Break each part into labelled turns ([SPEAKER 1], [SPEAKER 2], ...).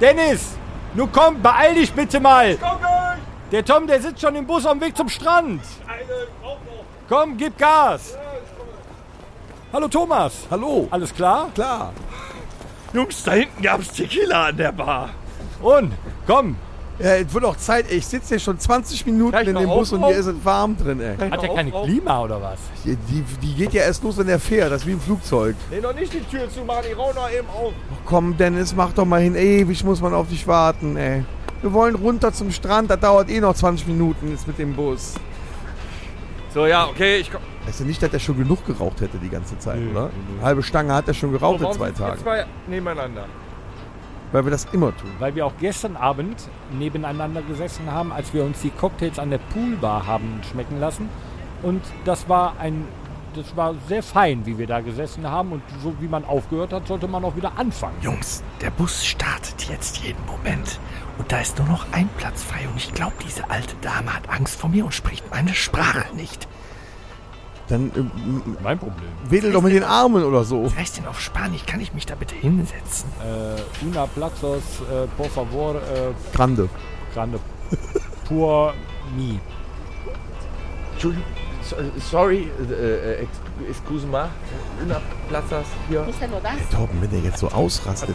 [SPEAKER 1] Dennis, nun komm, beeil dich bitte mal.
[SPEAKER 2] Komm gleich!
[SPEAKER 1] Der Tom, der sitzt schon im Bus am Weg zum Strand.
[SPEAKER 2] Eine braucht noch.
[SPEAKER 1] Komm, gib Gas. Hallo Thomas.
[SPEAKER 3] Hallo.
[SPEAKER 1] Alles klar?
[SPEAKER 3] Klar.
[SPEAKER 2] Jungs, da hinten gab's Tequila an der Bar.
[SPEAKER 1] Und komm,
[SPEAKER 3] Ja, es wird auch Zeit. Ey. Ich sitze hier schon 20 Minuten
[SPEAKER 2] Kann ich
[SPEAKER 3] in
[SPEAKER 2] noch
[SPEAKER 3] dem Bus und hier ist
[SPEAKER 2] aufmachen?
[SPEAKER 3] es warm drin, ey.
[SPEAKER 1] hat der keine Klima oder was?
[SPEAKER 3] Die, die, die geht ja erst los, wenn der fährt. Das ist wie im Flugzeug.
[SPEAKER 2] Nee, noch nicht die Tür zu machen, die rau noch eben auf.
[SPEAKER 3] Komm, Dennis, mach doch mal hin. Ewig muss man auf dich warten, ey. Wir wollen runter zum Strand. Das dauert eh noch 20 Minuten jetzt mit dem Bus.
[SPEAKER 2] So, ja, okay, ich komm.
[SPEAKER 3] Weißt du nicht, dass der schon genug geraucht hätte die ganze Zeit, oder? Halbe Stange hat er schon geraucht in zwei Tagen.
[SPEAKER 2] Zwei nebeneinander.
[SPEAKER 3] Weil wir das immer tun.
[SPEAKER 1] Weil wir auch gestern Abend nebeneinander gesessen haben, als wir uns die Cocktails an der Poolbar haben schmecken lassen. Und das war ein, das war sehr fein, wie wir da gesessen haben. Und so wie man aufgehört hat, sollte man auch wieder anfangen.
[SPEAKER 4] Jungs, der Bus startet jetzt jeden Moment. Und da ist nur noch ein Platz frei. Und ich glaube, diese alte Dame hat Angst vor mir und spricht meine Sprache nicht.
[SPEAKER 3] Dann ähm,
[SPEAKER 1] Mein Problem.
[SPEAKER 3] wedel doch mit den Armen oder so.
[SPEAKER 4] Wie heißt denn auf Spanisch? Kann ich mich da bitte hinsetzen?
[SPEAKER 1] Äh, una plazos, äh, por favor, äh,
[SPEAKER 3] Grande.
[SPEAKER 1] grande por mi.
[SPEAKER 2] Entschuldigung. so- Sorry, äh, äh, ex- excuse ma. Una plazas hier.
[SPEAKER 5] Nicht nur das.
[SPEAKER 3] Torben, wenn der jetzt so ausrastet,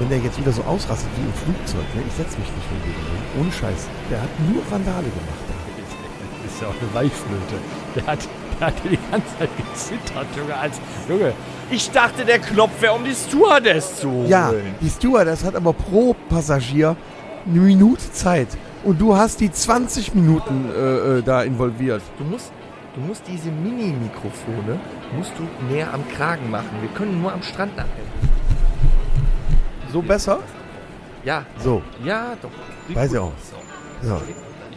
[SPEAKER 3] wenn der jetzt wieder so ausrastet wie im Flugzeug, ne? ich setze mich nicht mehr gegen den. Ohne Scheiß. Der hat nur Randale gemacht.
[SPEAKER 1] Das ist ja auch eine Weichflöte. Der hat, der hat die ganze Zeit gezittert, Junge. Als, Junge,
[SPEAKER 2] Ich dachte, der Knopf wäre um die Stewardess zu holen.
[SPEAKER 3] Ja, die Stewardess hat aber pro Passagier eine Minute Zeit. Und du hast die 20 Minuten äh, äh, da involviert.
[SPEAKER 4] Du musst, du musst diese Mini-Mikrofone musst du näher am Kragen machen. Wir können nur am Strand nachhelfen.
[SPEAKER 3] So besser?
[SPEAKER 4] Ja, Also
[SPEAKER 3] So,
[SPEAKER 4] ja, doch. Sieht
[SPEAKER 3] Weiß
[SPEAKER 4] gut
[SPEAKER 3] ich auch.
[SPEAKER 4] aus.
[SPEAKER 3] ja.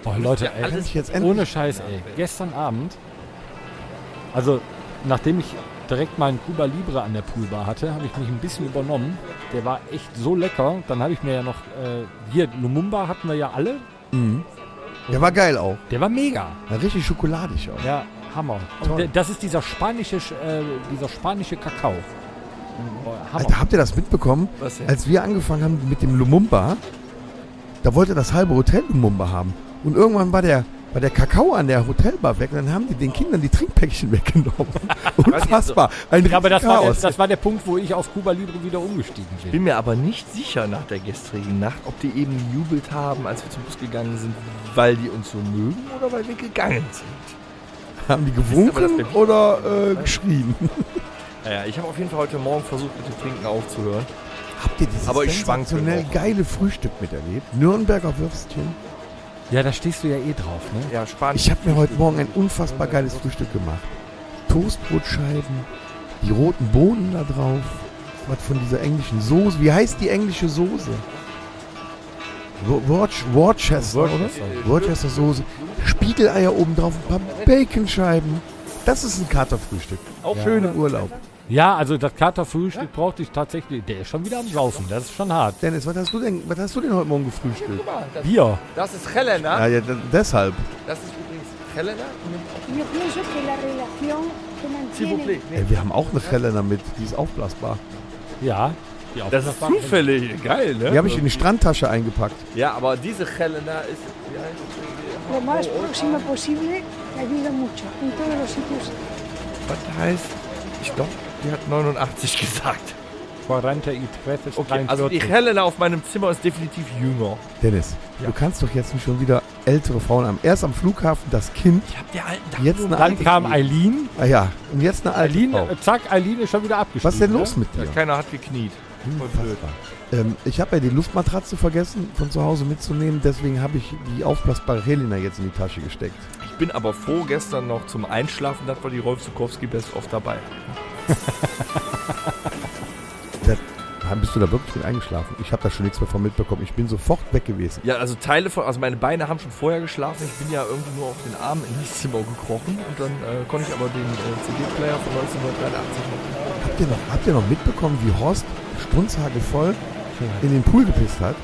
[SPEAKER 1] Oh, Leute, ey,
[SPEAKER 4] alles
[SPEAKER 3] jetzt endlich-
[SPEAKER 1] ohne Scheiß, ey. Gestern Abend, also nachdem ich direkt meinen Cuba Libre an der Poolbar hatte, habe ich mich ein bisschen übernommen. Der war echt so lecker. Dann habe ich mir ja noch, äh, hier, Lumumba hatten wir ja alle.
[SPEAKER 3] Der war geil auch.
[SPEAKER 1] Der war mega.
[SPEAKER 3] Ja, richtig schokoladig auch.
[SPEAKER 1] Ja, Hammer. Und
[SPEAKER 3] Toll.
[SPEAKER 1] der- das ist dieser spanische, Sch- äh, dieser spanische Kakao. Oh, Hammer.
[SPEAKER 3] Alter, habt ihr das mitbekommen?
[SPEAKER 4] Was denn?
[SPEAKER 3] Als wir angefangen haben mit dem Lumumba, da wollte das halbe Hotel Lumumba haben. Und irgendwann war der, war der Kakao an der Hotelbar weg und dann haben die den Kindern die Trinkpäckchen weggenommen. Unfassbar. Ein
[SPEAKER 1] also, Ja, aber das war, der,
[SPEAKER 3] Chaos.
[SPEAKER 1] das war der Punkt, wo ich auf Cuba Libre wieder umgestiegen bin.
[SPEAKER 4] Bin mir aber nicht sicher nach der gestrigen Nacht, ob die eben gejubelt haben, als wir zum Bus gegangen sind, weil die uns so mögen oder weil wir gegangen sind.
[SPEAKER 3] haben die
[SPEAKER 4] aber, dass
[SPEAKER 3] gewunken
[SPEAKER 4] wir-
[SPEAKER 3] oder äh, geschrien?
[SPEAKER 4] Naja, ich habe auf jeden Fall heute Morgen versucht, mit dem Trinken aufzuhören.
[SPEAKER 3] Habt ihr dieses
[SPEAKER 4] Aber ich schwank
[SPEAKER 3] sensationell
[SPEAKER 4] genug.
[SPEAKER 3] geile Frühstück miterlebt? Nürnberger Würstchen.
[SPEAKER 1] Ja, da stehst du ja eh drauf, ne?
[SPEAKER 4] Ja, Spanisch.
[SPEAKER 3] Ich habe mir heute Morgen ein unfassbar geiles Frühstück gemacht. Toastbrotscheiben, die roten Bohnen da drauf, was von dieser englischen Soße. Wie heißt die englische Soße? Wo- Worc- Worcester, oder? Worcester Soße. Spiegeleier oben drauf, ein paar Baconscheiben. Das ist ein Katerfrühstück. Auch schön im Urlaub.
[SPEAKER 1] Ja, also das Katerfrühstück brauchte ich tatsächlich. Der ist schon wieder am Saufen. Das ist schon hart.
[SPEAKER 3] Dennis, was hast du denn, was hast du denn heute Morgen gefrühstückt?
[SPEAKER 1] Bier.
[SPEAKER 4] Das ist
[SPEAKER 3] Ja,
[SPEAKER 4] Helena.
[SPEAKER 3] ja, d- deshalb.
[SPEAKER 4] Das ist übrigens Helena.
[SPEAKER 6] Yo pienso que la relación que mantienen
[SPEAKER 3] Ey, wir haben auch eine Helena mit, die ist aufblasbar.
[SPEAKER 1] Ja.
[SPEAKER 2] Das ist zufällig. Geil, ne?
[SPEAKER 3] Die habe ich in die Strandtasche eingepackt.
[SPEAKER 2] Ja, aber diese Helena ist.
[SPEAKER 6] lo más próxima posible te ayuda mucho en todos los sitios.
[SPEAKER 4] Was heißt? Ich glaube, die hat 89 gesagt.
[SPEAKER 1] Quarante y tres ist
[SPEAKER 4] Okay, also die
[SPEAKER 1] 43.
[SPEAKER 4] Helena auf meinem Zimmer ist definitiv jünger.
[SPEAKER 3] Dennis, du kannst doch jetzt nicht schon wieder ältere Frauen haben. Erst am Flughafen das Kind,
[SPEAKER 4] Ich habe der alten Dame
[SPEAKER 3] jetzt eine
[SPEAKER 1] Dann
[SPEAKER 3] alte
[SPEAKER 1] kam
[SPEAKER 3] Frau.
[SPEAKER 1] Eileen.
[SPEAKER 3] Ah ja, und jetzt eine alte
[SPEAKER 1] Eileen,
[SPEAKER 3] Frau.
[SPEAKER 1] äh, zack, Eileen ist schon wieder abgestiegen.
[SPEAKER 3] Was ist denn los
[SPEAKER 1] ne?
[SPEAKER 3] mit dir?
[SPEAKER 4] Keiner hat gekniet.
[SPEAKER 3] Unfassbar. Ähm, ich habe ja die Luftmatratze vergessen von zu Hause mitzunehmen, deswegen habe ich die aufblasbare Helena jetzt in die Tasche gesteckt.
[SPEAKER 4] Ich bin aber froh, gestern noch zum Einschlafen, das war die Rolf Zukowski best oft dabei.
[SPEAKER 3] Ah, Bist du da wirklich drin eingeschlafen? Ich habe da schon nichts mehr von mitbekommen. Ich bin sofort weg gewesen.
[SPEAKER 4] Ja, also Teile von, also meine Beine haben schon vorher geschlafen. Ich bin ja irgendwie nur auf den Arm in das Zimmer gekrochen und dann äh, konnte ich aber den äh, CD-Player von 1983 noch.
[SPEAKER 3] Habt ihr noch, habt ihr noch mitbekommen, wie Horst Strunzhage voll
[SPEAKER 1] getrunken hat.
[SPEAKER 3] in den Pool gepisst hat.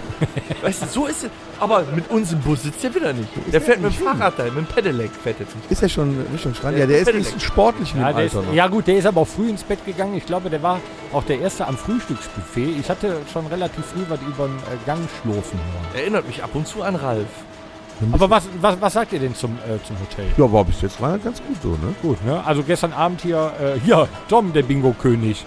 [SPEAKER 2] Weißt du, so ist es. Aber mit uns im Bus sitzt er wieder nicht. Der
[SPEAKER 3] der
[SPEAKER 2] fährt mit dem
[SPEAKER 3] nicht hin?
[SPEAKER 2] Fahrrad dahin, mit dem Pedelec fährt er zum
[SPEAKER 3] Ist er schon Richtung Strand?
[SPEAKER 2] Der
[SPEAKER 3] Ja, der ist
[SPEAKER 2] Pedelec.
[SPEAKER 3] nicht so sportlich in dem
[SPEAKER 1] Ja, der ist,
[SPEAKER 3] Alter noch.
[SPEAKER 1] ja gut, der ist aber auch früh ins Bett gegangen. Ich glaube, der war auch der Erste am Frühstücksbuffet. Ich hatte schon relativ früh was über den äh, Gang schlurfen hören.
[SPEAKER 2] Erinnert mich ab und zu an Ralf.
[SPEAKER 1] Aber was, was, was sagt ihr denn zum, äh, zum Hotel?
[SPEAKER 3] Ja, war bis jetzt war ganz gut so, ne?
[SPEAKER 1] Gut, ne? Also gestern Abend hier, äh, hier, Tom, der Bingo-König.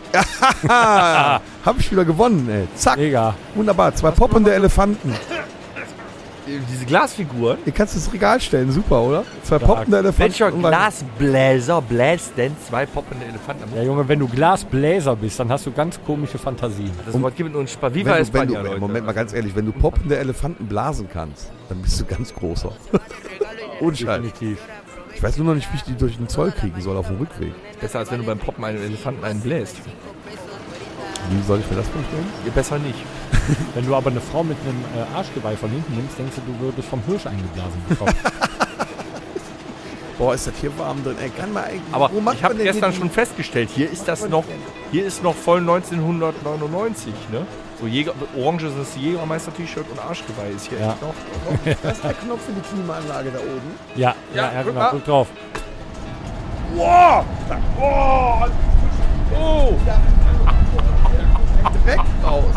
[SPEAKER 3] Ah, hab ich wieder gewonnen, ey. Zack,
[SPEAKER 1] Mega.
[SPEAKER 3] wunderbar. Zwei poppende Elefanten.
[SPEAKER 2] Äh, Diese Glasfiguren.
[SPEAKER 3] Ihr kannst ins Regal stellen, super, oder? Zwei poppende Elefanten.
[SPEAKER 2] Welcher
[SPEAKER 3] und was-
[SPEAKER 2] Glasbläser bläst denn zwei poppende Elefanten am
[SPEAKER 1] Ja, Junge, wenn du Glasbläser bist, dann hast du ganz komische Fantasien.
[SPEAKER 2] Das Wort gibt uns Spaß.
[SPEAKER 3] Um
[SPEAKER 2] Viva
[SPEAKER 3] Wenn du, wenn
[SPEAKER 2] España,
[SPEAKER 3] du,
[SPEAKER 2] Leute.
[SPEAKER 3] Moment mal ganz ehrlich, wenn du poppende Elefanten blasen kannst, dann bist du ganz großer. Ohne Scheiß.
[SPEAKER 1] Definitiv.
[SPEAKER 3] Ich weiß nur noch nicht, wie ich die durch den Zoll kriegen soll auf dem Rückweg.
[SPEAKER 2] Besser als wenn du beim Poppen einen Elefanten einen bläst.
[SPEAKER 3] Wie soll ich mir das vorstellen?
[SPEAKER 2] Ja, besser nicht.
[SPEAKER 1] Wenn du aber eine Frau mit einem äh, Arschgeweih von hinten nimmst, denkst du, du würdest vom Hirsch eingeblasen bekommen.
[SPEAKER 3] Boah, ist das hier warm drin. Ey, kann mal, ey,
[SPEAKER 2] Aber
[SPEAKER 3] wo macht
[SPEAKER 2] ich habe
[SPEAKER 3] man denn
[SPEAKER 2] gestern
[SPEAKER 3] hier
[SPEAKER 2] schon festgestellt, hier ist das
[SPEAKER 3] man
[SPEAKER 2] noch,
[SPEAKER 3] denn?
[SPEAKER 2] hier ist noch voll 1999, ne? So Jäger, Orange ist das Jägermeister-T-Shirt und Arschgeweih ist hier
[SPEAKER 1] Ja.
[SPEAKER 2] echt noch.
[SPEAKER 3] die- Das ist der Knopf für die Klimaanlage da oben.
[SPEAKER 1] ja,
[SPEAKER 2] Ja,
[SPEAKER 1] ja, ja,
[SPEAKER 2] drück
[SPEAKER 1] genau,
[SPEAKER 2] mal.
[SPEAKER 1] drück drauf.
[SPEAKER 2] Wow! Oh! Oh!
[SPEAKER 3] Dreck raus.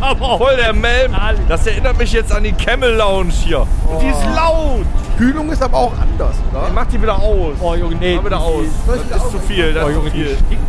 [SPEAKER 1] Aber auch
[SPEAKER 2] Voll der Melm! Das erinnert mich jetzt an die Camel Lounge hier. Und die
[SPEAKER 1] Oh.
[SPEAKER 2] ist laut!
[SPEAKER 3] Kühlung ist aber auch anders,
[SPEAKER 2] Ey,
[SPEAKER 3] oder?
[SPEAKER 2] Mach die wieder aus.
[SPEAKER 1] Oh, Junge, nee.
[SPEAKER 2] Mach wieder aus. Das ist zu viel. Das
[SPEAKER 1] Oh,
[SPEAKER 2] ist zu
[SPEAKER 1] Junge, die
[SPEAKER 2] viel.
[SPEAKER 1] stinkt.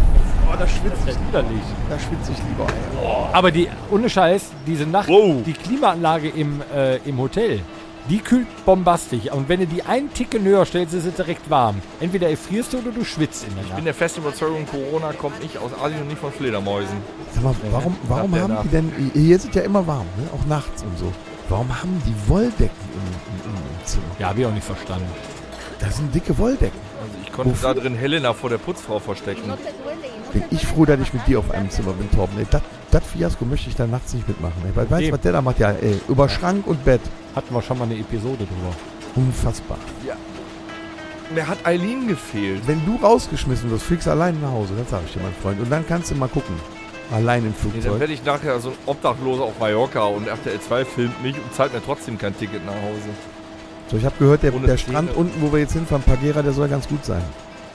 [SPEAKER 3] Oh, da schwitze
[SPEAKER 1] Das ist widerlich.
[SPEAKER 3] da schwitze ich lieber. Ey.
[SPEAKER 1] Aber die, ohne Scheiß, diese Nacht,
[SPEAKER 2] Wow.
[SPEAKER 1] die Klimaanlage im, äh, im Hotel, die kühlt bombastisch. Und wenn du die einen Ticken höher stellst, ist es direkt warm. Entweder erfrierst du oder du schwitzt in der
[SPEAKER 2] Ich bin
[SPEAKER 1] Nacht.
[SPEAKER 2] der festen Überzeugung, Corona kommt nicht aus Asien und nicht von Fledermäusen.
[SPEAKER 3] Sag mal, warum, warum
[SPEAKER 2] Nach der
[SPEAKER 3] haben die denn, hier ist es ja immer warm, ne? auch nachts und so. Warum haben die Wolldecken im, im, im Zimmer?
[SPEAKER 1] Ja, hab ich auch nicht verstanden.
[SPEAKER 3] Da sind dicke Wolldecken.
[SPEAKER 2] Also ich konnte
[SPEAKER 3] Wofür?
[SPEAKER 2] da drin Helena vor der Putzfrau verstecken.
[SPEAKER 3] Bin ich froh, dass ich mit dir auf einem Zimmer bin, Torben. Ey, Das das Fiasko möchte ich dann nachts nicht mitmachen. Ey. Weil weißt du,
[SPEAKER 1] Eben.
[SPEAKER 3] was der da macht? Ja, ey, über Schrank und Bett.
[SPEAKER 1] Hatten wir schon mal eine Episode drüber.
[SPEAKER 3] Unfassbar.
[SPEAKER 2] Mir hat Eileen gefehlt.
[SPEAKER 3] Wenn du rausgeschmissen wirst, fliegst du allein nach Hause. Das sage ich dir, mein Freund. Und dann kannst du mal gucken. Allein im
[SPEAKER 2] Nee, dann
[SPEAKER 3] Flugzeug.
[SPEAKER 2] werde ich nachher so ein Obdachloser auf Mallorca und RTL 2 filmt mich und zahlt mir trotzdem kein Ticket nach Hause.
[SPEAKER 3] So, ich habe gehört, der,
[SPEAKER 2] Ohne
[SPEAKER 3] der
[SPEAKER 2] Zähne.
[SPEAKER 3] Strand unten, wo wir jetzt hinfahren, Pagera, der soll ganz gut sein.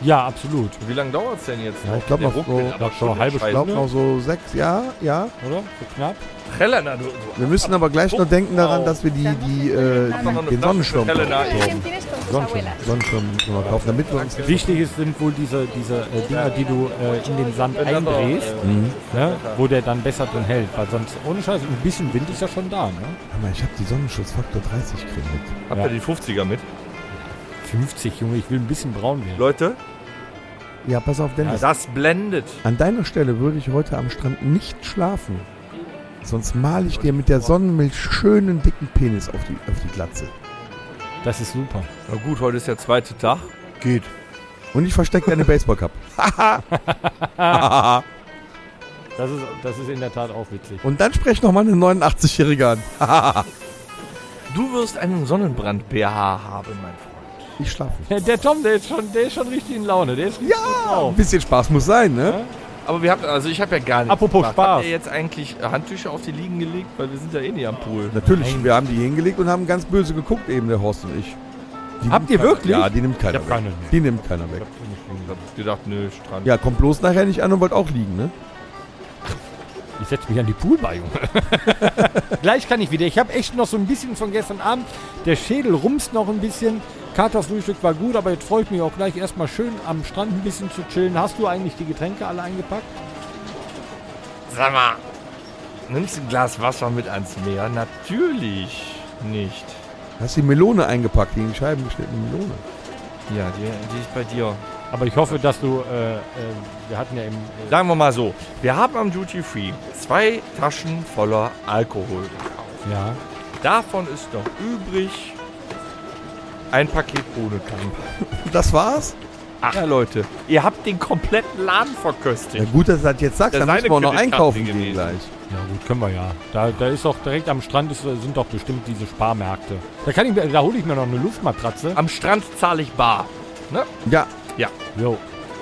[SPEAKER 1] Ja, absolut.
[SPEAKER 2] Wie lange dauert es denn jetzt?
[SPEAKER 3] Ja, ich glaub
[SPEAKER 2] Der
[SPEAKER 3] noch
[SPEAKER 2] ruckelt
[SPEAKER 3] so-
[SPEAKER 2] aber
[SPEAKER 1] glaub
[SPEAKER 2] schon
[SPEAKER 1] so eine halbe
[SPEAKER 2] Scheiße.
[SPEAKER 3] Ich glaube
[SPEAKER 1] Ne?
[SPEAKER 3] noch so sechs, ja, ja.
[SPEAKER 1] Oder? So knapp.
[SPEAKER 2] Helena, du.
[SPEAKER 3] Wir müssen aber gleich noch denken daran, dass wir die, die, äh,
[SPEAKER 2] noch eine
[SPEAKER 3] die den
[SPEAKER 2] Flasche
[SPEAKER 3] Sonnenschirm
[SPEAKER 2] für
[SPEAKER 3] kaufen.
[SPEAKER 2] Helena.
[SPEAKER 3] Torben.
[SPEAKER 5] tienes con sus
[SPEAKER 3] Sonnenschirm,
[SPEAKER 5] abuelas.
[SPEAKER 3] Sonnenschirm müssen wir kaufen, damit wir uns...
[SPEAKER 1] Wichtig ist, sind wohl diese, diese äh, Dinger, die du äh, in den Sand
[SPEAKER 2] Einander,
[SPEAKER 1] eindrehst,
[SPEAKER 2] äh,
[SPEAKER 1] ne? wo der dann besser drin hält. Weil sonst, ohne Scheiß, ein bisschen Wind ist ja schon da. Ne?
[SPEAKER 3] Hör mal, ich habe die Sonnenschutzfaktor 30 gekriegt.
[SPEAKER 2] Habt
[SPEAKER 1] Ja.
[SPEAKER 2] ihr die 50er mit?
[SPEAKER 1] 50, Junge, ich will ein bisschen braun werden.
[SPEAKER 2] Leute,
[SPEAKER 3] Ja, pass auf, Dennis.
[SPEAKER 2] das blendet.
[SPEAKER 3] An deiner Stelle würde ich heute am Strand nicht schlafen. Sonst male ich dir mit der Sonnenmilch schönen dicken Penis auf die, auf die Glatze.
[SPEAKER 1] Das ist super.
[SPEAKER 2] Na gut, heute ist der zweite Tag.
[SPEAKER 3] Geht. Und ich verstecke deine Baseballcup.
[SPEAKER 1] Das ist, das ist in der Tat auch witzig.
[SPEAKER 3] Und dann sprech nochmal eine 89-Jährige an.
[SPEAKER 2] Du wirst einen Sonnenbrand-BH haben, mein Freund.
[SPEAKER 3] Ich schlafe nicht.
[SPEAKER 1] Der, der Tom, der ist, schon, der ist schon richtig in Laune. Der ist richtig
[SPEAKER 3] Ja, ein
[SPEAKER 1] drauf.
[SPEAKER 3] bisschen Spaß muss sein, ne?
[SPEAKER 2] Aber wir haben, also ich habe ja gar nichts
[SPEAKER 1] Apropos
[SPEAKER 2] gemacht.
[SPEAKER 1] Spaß.
[SPEAKER 2] Habt ihr jetzt eigentlich Handtücher auf die Liegen gelegt? Weil wir sind ja eh nicht am Pool.
[SPEAKER 3] Natürlich, wir haben die hingelegt und haben ganz böse geguckt, eben der Horst und ich. Die
[SPEAKER 1] Habt
[SPEAKER 3] nimmt
[SPEAKER 1] ihr
[SPEAKER 3] keiner-
[SPEAKER 1] wirklich?
[SPEAKER 3] Ja, die nimmt keiner
[SPEAKER 1] hab
[SPEAKER 3] weg.
[SPEAKER 1] keine mehr.
[SPEAKER 3] Die nimmt keiner weg.
[SPEAKER 2] Ich hab gedacht, nö, Strand.
[SPEAKER 3] Ja, kommt bloß nachher nicht an und wollt auch liegen, ne?
[SPEAKER 1] Ich setze mich an die Poolbar, Junge. Gleich kann ich wieder. Ich habe echt noch so ein bisschen von gestern Abend. Der Schädel rumst noch ein bisschen. Katers Frühstück war gut, aber jetzt freue ich mich auch gleich erstmal schön am Strand ein bisschen zu chillen. Hast du eigentlich die Getränke alle eingepackt?
[SPEAKER 2] Sag mal, nimmst du ein Glas Wasser mit ans Meer? Natürlich nicht.
[SPEAKER 3] Hast die Melone eingepackt, die in Scheiben geschnittene Melone.
[SPEAKER 2] Ja, die, die ist bei dir.
[SPEAKER 1] Aber ich hoffe, dass du. Äh, äh, wir hatten ja im. Äh,
[SPEAKER 2] Sagen wir mal so, wir haben am Duty Free zwei Taschen voller Alkohol.
[SPEAKER 1] ja.
[SPEAKER 2] Davon ist noch übrig ein Paket Bohnenkamp.
[SPEAKER 3] Das war's?
[SPEAKER 2] Ach ja, Leute, ihr habt den kompletten Laden verköstigt.
[SPEAKER 3] Ja, gut, dass du das jetzt sagst,
[SPEAKER 2] Das
[SPEAKER 3] dann
[SPEAKER 2] ist
[SPEAKER 3] müssen wir auch
[SPEAKER 2] eine
[SPEAKER 3] noch
[SPEAKER 2] Kreditkarte
[SPEAKER 3] einkaufen gehen
[SPEAKER 2] gewesen.
[SPEAKER 3] gleich.
[SPEAKER 1] Ja, gut, können wir ja. Da, da ist doch direkt am Strand ist, äh, sind doch bestimmt diese Sparmärkte. Da, kann ich, mir- Ah. da hole ich mir noch eine Luftmatratze.
[SPEAKER 2] Am Strand zahle ich bar.
[SPEAKER 3] Ja,
[SPEAKER 1] Jo.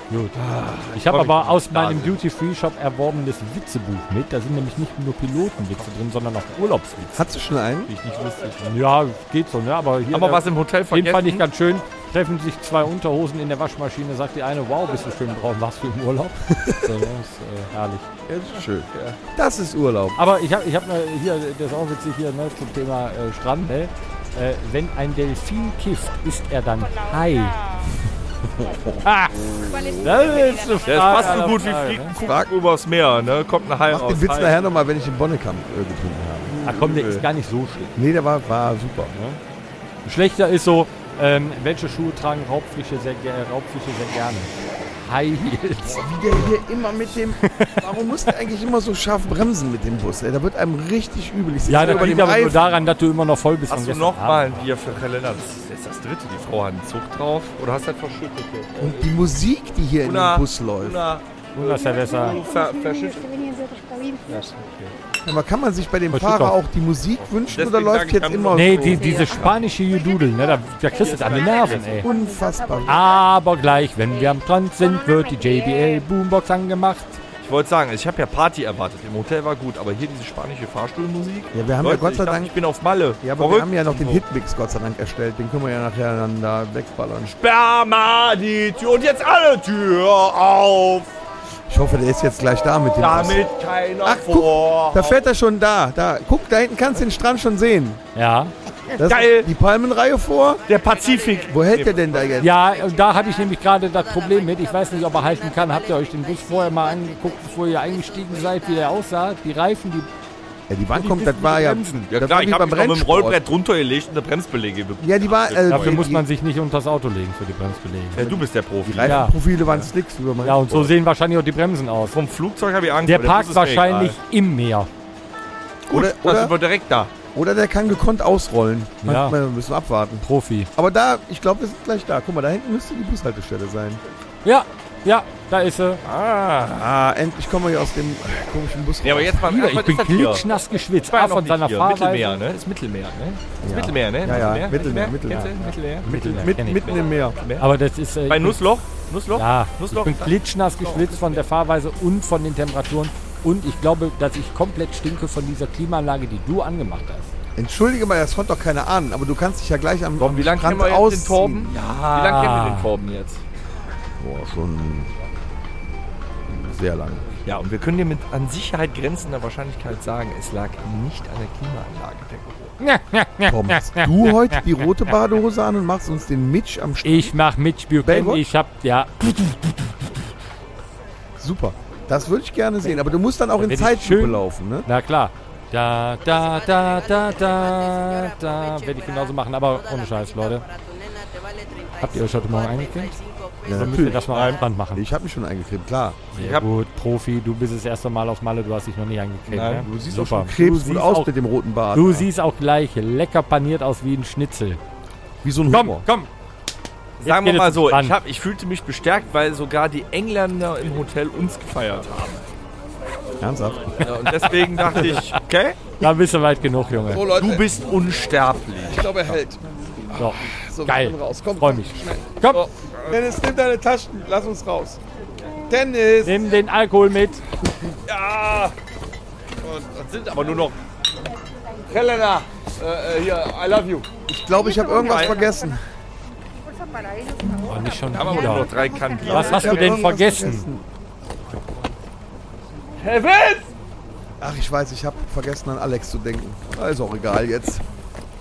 [SPEAKER 1] Gut. Ah, Ich habe
[SPEAKER 2] komm ich
[SPEAKER 1] aber aus
[SPEAKER 2] da
[SPEAKER 1] meinem
[SPEAKER 2] sind.
[SPEAKER 1] Duty-Free-Shop erworbenes Witzebuch mit. Da sind nämlich nicht nur Pilotenwitze drin, sondern auch Urlaubswitze,
[SPEAKER 3] Hast du schon einen?
[SPEAKER 1] die ich nicht wusste. Ja, geht so, ne? Aber hier.
[SPEAKER 2] Aber
[SPEAKER 1] der-
[SPEAKER 2] was im Hotel
[SPEAKER 1] Den
[SPEAKER 2] vergessen?
[SPEAKER 1] fand ich ganz schön. Treffen sich zwei Unterhosen in der Waschmaschine, sagt die eine, wow, bist du schön braun, warst du im Urlaub? so, das ist äh, herrlich.
[SPEAKER 3] schön. Das ist Urlaub.
[SPEAKER 1] Aber ich habe ich hab mal hier, das ist auch witzig hier ne, zum Thema äh, Strand, ne? Äh, wenn ein Delfin kifft, ist er dann Hai. ah, das ist eine Frage
[SPEAKER 2] Das passt so
[SPEAKER 1] aller
[SPEAKER 2] gut wie
[SPEAKER 1] Fragen,
[SPEAKER 2] Fliegen
[SPEAKER 1] ne?
[SPEAKER 2] Kuckuck übers Meer, ne? Kommt ein Hai
[SPEAKER 3] Mach
[SPEAKER 2] raus.
[SPEAKER 3] den Witz
[SPEAKER 2] Hai.
[SPEAKER 3] nachher nochmal, wenn ich den Bonnekamp äh, getrunken habe.
[SPEAKER 1] Ach komm, der ist gar nicht so schlecht.
[SPEAKER 3] Nee, der war, war super.
[SPEAKER 1] Schlechter ist so, ähm, welche Schuhe tragen Raubfische sehr, ge- äh, Raubfische sehr gerne? High Heels.
[SPEAKER 3] Wie der hier immer mit dem. Warum muss der eigentlich immer so scharf bremsen mit dem Bus? Ey? Da wird einem richtig übel. Ich sitze
[SPEAKER 1] Ja,
[SPEAKER 3] hier
[SPEAKER 1] das
[SPEAKER 3] über
[SPEAKER 1] liegt
[SPEAKER 3] dem
[SPEAKER 1] aber nur
[SPEAKER 3] Reifen.
[SPEAKER 1] daran, dass du immer noch voll bist. von
[SPEAKER 2] Hast du
[SPEAKER 1] gestern
[SPEAKER 2] nochmal
[SPEAKER 1] Abend.
[SPEAKER 2] ein Bier für Helena? Das ist jetzt das dritte. Die Frau hat einen Zug drauf. Oder hast du halt das verschüttet jetzt?
[SPEAKER 3] Und die Musik, die hier in
[SPEAKER 2] Una-
[SPEAKER 3] dem Bus läuft.
[SPEAKER 2] Una-
[SPEAKER 1] Una cerveza.
[SPEAKER 2] Du ver- verschüttet.
[SPEAKER 6] que venían de otras provincias.
[SPEAKER 3] Aber kann man sich bei dem
[SPEAKER 1] Bei
[SPEAKER 3] Fahrer
[SPEAKER 1] Stuttgart.
[SPEAKER 3] auch die Musik wünschen
[SPEAKER 2] Deswegen
[SPEAKER 3] oder
[SPEAKER 2] sag
[SPEAKER 3] läuft
[SPEAKER 2] ich,
[SPEAKER 3] jetzt
[SPEAKER 2] kann
[SPEAKER 3] immer
[SPEAKER 2] man-
[SPEAKER 1] Nee,
[SPEAKER 3] so?
[SPEAKER 1] die, diese spanische Jududel, ne? Da, da kriegst du es an den Nerven, ey.
[SPEAKER 3] Unfassbar.
[SPEAKER 1] Ah. Aber gleich, wenn wir am Strand sind, wird die JBL Boombox angemacht.
[SPEAKER 2] Ich wollte sagen, ich habe ja Party erwartet. Im Hotel war gut, aber hier diese spanische Fahrstuhlmusik.
[SPEAKER 3] Ja, wir haben ja
[SPEAKER 2] Leute,
[SPEAKER 3] Gott
[SPEAKER 2] ich
[SPEAKER 3] sei
[SPEAKER 2] dachte,
[SPEAKER 3] Dank.
[SPEAKER 2] Ich bin auf Malle.
[SPEAKER 3] Ja, aber wir
[SPEAKER 2] Verrückt.
[SPEAKER 3] haben ja noch den Hitmix Gott sei Dank erstellt. Den können wir ja nachher dann da wegballern.
[SPEAKER 2] Sperr mal die Tür und jetzt alle Tür auf,
[SPEAKER 3] Ich hoffe, der ist jetzt gleich da mit dem Bus.
[SPEAKER 2] damit keiner
[SPEAKER 3] Ach,
[SPEAKER 2] vor.
[SPEAKER 3] guck, da fährt er schon da. Da, guck, da hinten kannst du den Strand schon sehen.
[SPEAKER 1] Ja.
[SPEAKER 3] Das
[SPEAKER 2] Geil.
[SPEAKER 3] Die Palmenreihe vor.
[SPEAKER 2] Der Pazifik.
[SPEAKER 3] Wo hält der denn da jetzt?
[SPEAKER 1] Ja, und da hatte ich nämlich gerade das Problem mit. Ich weiß nicht, ob er halten kann. Habt ihr euch den Bus vorher mal angeguckt, bevor ihr eingestiegen seid, wie der aussah? Die Reifen, die.
[SPEAKER 3] Ja, die Wand kommt, das war ja.
[SPEAKER 2] Ja
[SPEAKER 3] das
[SPEAKER 2] klar,
[SPEAKER 3] war wie
[SPEAKER 2] ich habe
[SPEAKER 3] beim
[SPEAKER 2] mich noch mit dem
[SPEAKER 3] Rennsport.
[SPEAKER 2] Rollbrett runtergelegt und eine Bremsbeläge. be-
[SPEAKER 3] Ja, die war. Äh,
[SPEAKER 1] Dafür
[SPEAKER 3] die,
[SPEAKER 1] muss man sich nicht unters Auto legen für die Bremsbeläge.
[SPEAKER 2] Ja, du bist der Profi.
[SPEAKER 3] Die Reifenprofile waren Slicks über mein.
[SPEAKER 1] Ja, und so sehen wahrscheinlich auch die Bremsen aus.
[SPEAKER 2] Vom Flugzeug habe ich Angst.
[SPEAKER 1] Der
[SPEAKER 2] aber Bus
[SPEAKER 1] parkt
[SPEAKER 2] ist mir
[SPEAKER 1] wahrscheinlich im Meer.
[SPEAKER 2] egal.
[SPEAKER 3] Oder-
[SPEAKER 2] Gut, dann
[SPEAKER 3] oder-
[SPEAKER 2] sind wir direkt da.
[SPEAKER 3] Oder der kann gekonnt ausrollen.
[SPEAKER 1] Ja.
[SPEAKER 3] Manchmal müssen wir abwarten.
[SPEAKER 1] Profi.
[SPEAKER 3] Aber da, ich glaube, wir sind gleich da. Guck mal, da hinten müsste die Bushaltestelle sein.
[SPEAKER 1] Ja, ja, da ist er.
[SPEAKER 2] Ah.
[SPEAKER 3] Ah, endlich kommen wir hier aus dem äh, komischen Bus.
[SPEAKER 2] Ja, aber jetzt mal.
[SPEAKER 1] Wieder,
[SPEAKER 2] was
[SPEAKER 1] ich
[SPEAKER 2] ist
[SPEAKER 1] bin
[SPEAKER 2] das hier?
[SPEAKER 1] klitschnass geschwitzt.
[SPEAKER 2] Ich war ja
[SPEAKER 1] A,
[SPEAKER 2] noch
[SPEAKER 1] von
[SPEAKER 2] nicht
[SPEAKER 1] seiner
[SPEAKER 2] hier.
[SPEAKER 1] Fahrweise.
[SPEAKER 2] Mittelmeer, ne? Ist Mittelmeer, ne? Ist
[SPEAKER 3] Ja.
[SPEAKER 2] Mittelmeer, ne?
[SPEAKER 3] Ja, ja, Mittelmeer,
[SPEAKER 2] Mittelmeer.
[SPEAKER 3] Mittelmeer.
[SPEAKER 2] Kennst du Mittelmeer.
[SPEAKER 3] Mittel,
[SPEAKER 1] Mittelmeer
[SPEAKER 3] mit,
[SPEAKER 1] kenn ich
[SPEAKER 3] mitten
[SPEAKER 1] nicht.
[SPEAKER 3] im Meer.
[SPEAKER 1] Aber das ist. äh,
[SPEAKER 2] Bei Nussloch? Nussloch?
[SPEAKER 1] Ja, ich
[SPEAKER 2] Nussloch?
[SPEAKER 1] bin klitschnass geschwitzt von der Fahrweise und von den Temperaturen. Und ich glaube, dass ich komplett stinke von dieser Klimaanlage, die du angemacht hast.
[SPEAKER 3] Entschuldige mal, das konnte doch keiner ahnen, aber du kannst dich ja gleich am,
[SPEAKER 2] Komm,
[SPEAKER 3] am
[SPEAKER 2] wie lange kennen
[SPEAKER 3] Strand
[SPEAKER 2] wir jetzt den
[SPEAKER 3] ausziehen.
[SPEAKER 2] Torben? Ja. Wie lange kennen wir den Torben jetzt?
[SPEAKER 3] Boah, schon sehr lange.
[SPEAKER 2] Ja, und wir können dir mit an Sicherheit grenzender Wahrscheinlichkeit sagen, es lag nicht an der Klimaanlage. Der Geruch.
[SPEAKER 3] Torben, hast du heute die rote Badehose an und machst uns den Mitch am Strand?
[SPEAKER 1] Ich mach mit Spürken.
[SPEAKER 3] Baywatch?
[SPEAKER 1] Ich hab, ja,
[SPEAKER 3] Super. Das würde ich gerne sehen, aber du musst dann auch in
[SPEAKER 1] bin ich
[SPEAKER 3] Zeitlupe
[SPEAKER 1] schön-
[SPEAKER 3] laufen, ne?
[SPEAKER 1] na klar. Da, da, da, da, da, da werde ich genauso machen, aber ohne Scheiß, Leute. Habt ihr euch heute Morgen eingekriegt?
[SPEAKER 3] Ja,
[SPEAKER 1] Dann müsst ihr das mal am Strand machen.
[SPEAKER 3] Ich habe mich schon eingecremt, klar.
[SPEAKER 1] Sehr
[SPEAKER 2] Ich hab-
[SPEAKER 1] gut, Profi, du bist das erste Mal auf Malle, du hast dich noch nicht angekriegt.
[SPEAKER 2] Nein,
[SPEAKER 1] ne?
[SPEAKER 3] Du siehst
[SPEAKER 1] Super.
[SPEAKER 3] auch schon Krebs
[SPEAKER 1] du
[SPEAKER 3] gut
[SPEAKER 1] siehst
[SPEAKER 3] aus
[SPEAKER 1] auch,
[SPEAKER 3] mit dem roten Bart.
[SPEAKER 1] Du siehst auch gleich lecker paniert aus wie ein Schnitzel.
[SPEAKER 3] wie so ein
[SPEAKER 1] Komm,
[SPEAKER 3] Humor.
[SPEAKER 1] komm.
[SPEAKER 2] Sagen
[SPEAKER 1] geht
[SPEAKER 2] wir
[SPEAKER 1] es
[SPEAKER 2] mal so,
[SPEAKER 1] an.
[SPEAKER 2] ich, hab, ich fühlte mich bestärkt, weil sogar die Engländer im Hotel uns gefeiert haben.
[SPEAKER 3] Ernsthaft?
[SPEAKER 2] Ja, und deswegen dachte ich, okay,
[SPEAKER 1] Da bist du weit genug, Junge.
[SPEAKER 5] Oh Leute,
[SPEAKER 2] du bist unsterblich.
[SPEAKER 5] ich glaube, er hält.
[SPEAKER 1] So,
[SPEAKER 5] So, wir
[SPEAKER 1] geil.
[SPEAKER 5] kommen raus. Komm,
[SPEAKER 1] Freu mich. Komm,
[SPEAKER 5] Dennis, nimm deine Taschen. Lass uns raus. Dennis!
[SPEAKER 1] nimm den Alkohol mit.
[SPEAKER 5] Ja!
[SPEAKER 2] Und das sind aber nur noch
[SPEAKER 5] Helena! Äh, äh, hier, I love you.
[SPEAKER 3] Ich glaube, ich habe irgendwas vergessen.
[SPEAKER 1] Oh, nicht schon
[SPEAKER 2] haben wir nur
[SPEAKER 1] wieder.
[SPEAKER 2] noch drei Kannen Bier.
[SPEAKER 1] Was hast
[SPEAKER 3] Ich
[SPEAKER 1] du
[SPEAKER 3] hab
[SPEAKER 1] denn
[SPEAKER 3] irgendwas
[SPEAKER 1] vergessen?
[SPEAKER 5] Herr Witz!
[SPEAKER 3] Ach, ich weiß, ich habe vergessen, an Alex zu denken. Ah, Ist auch egal jetzt.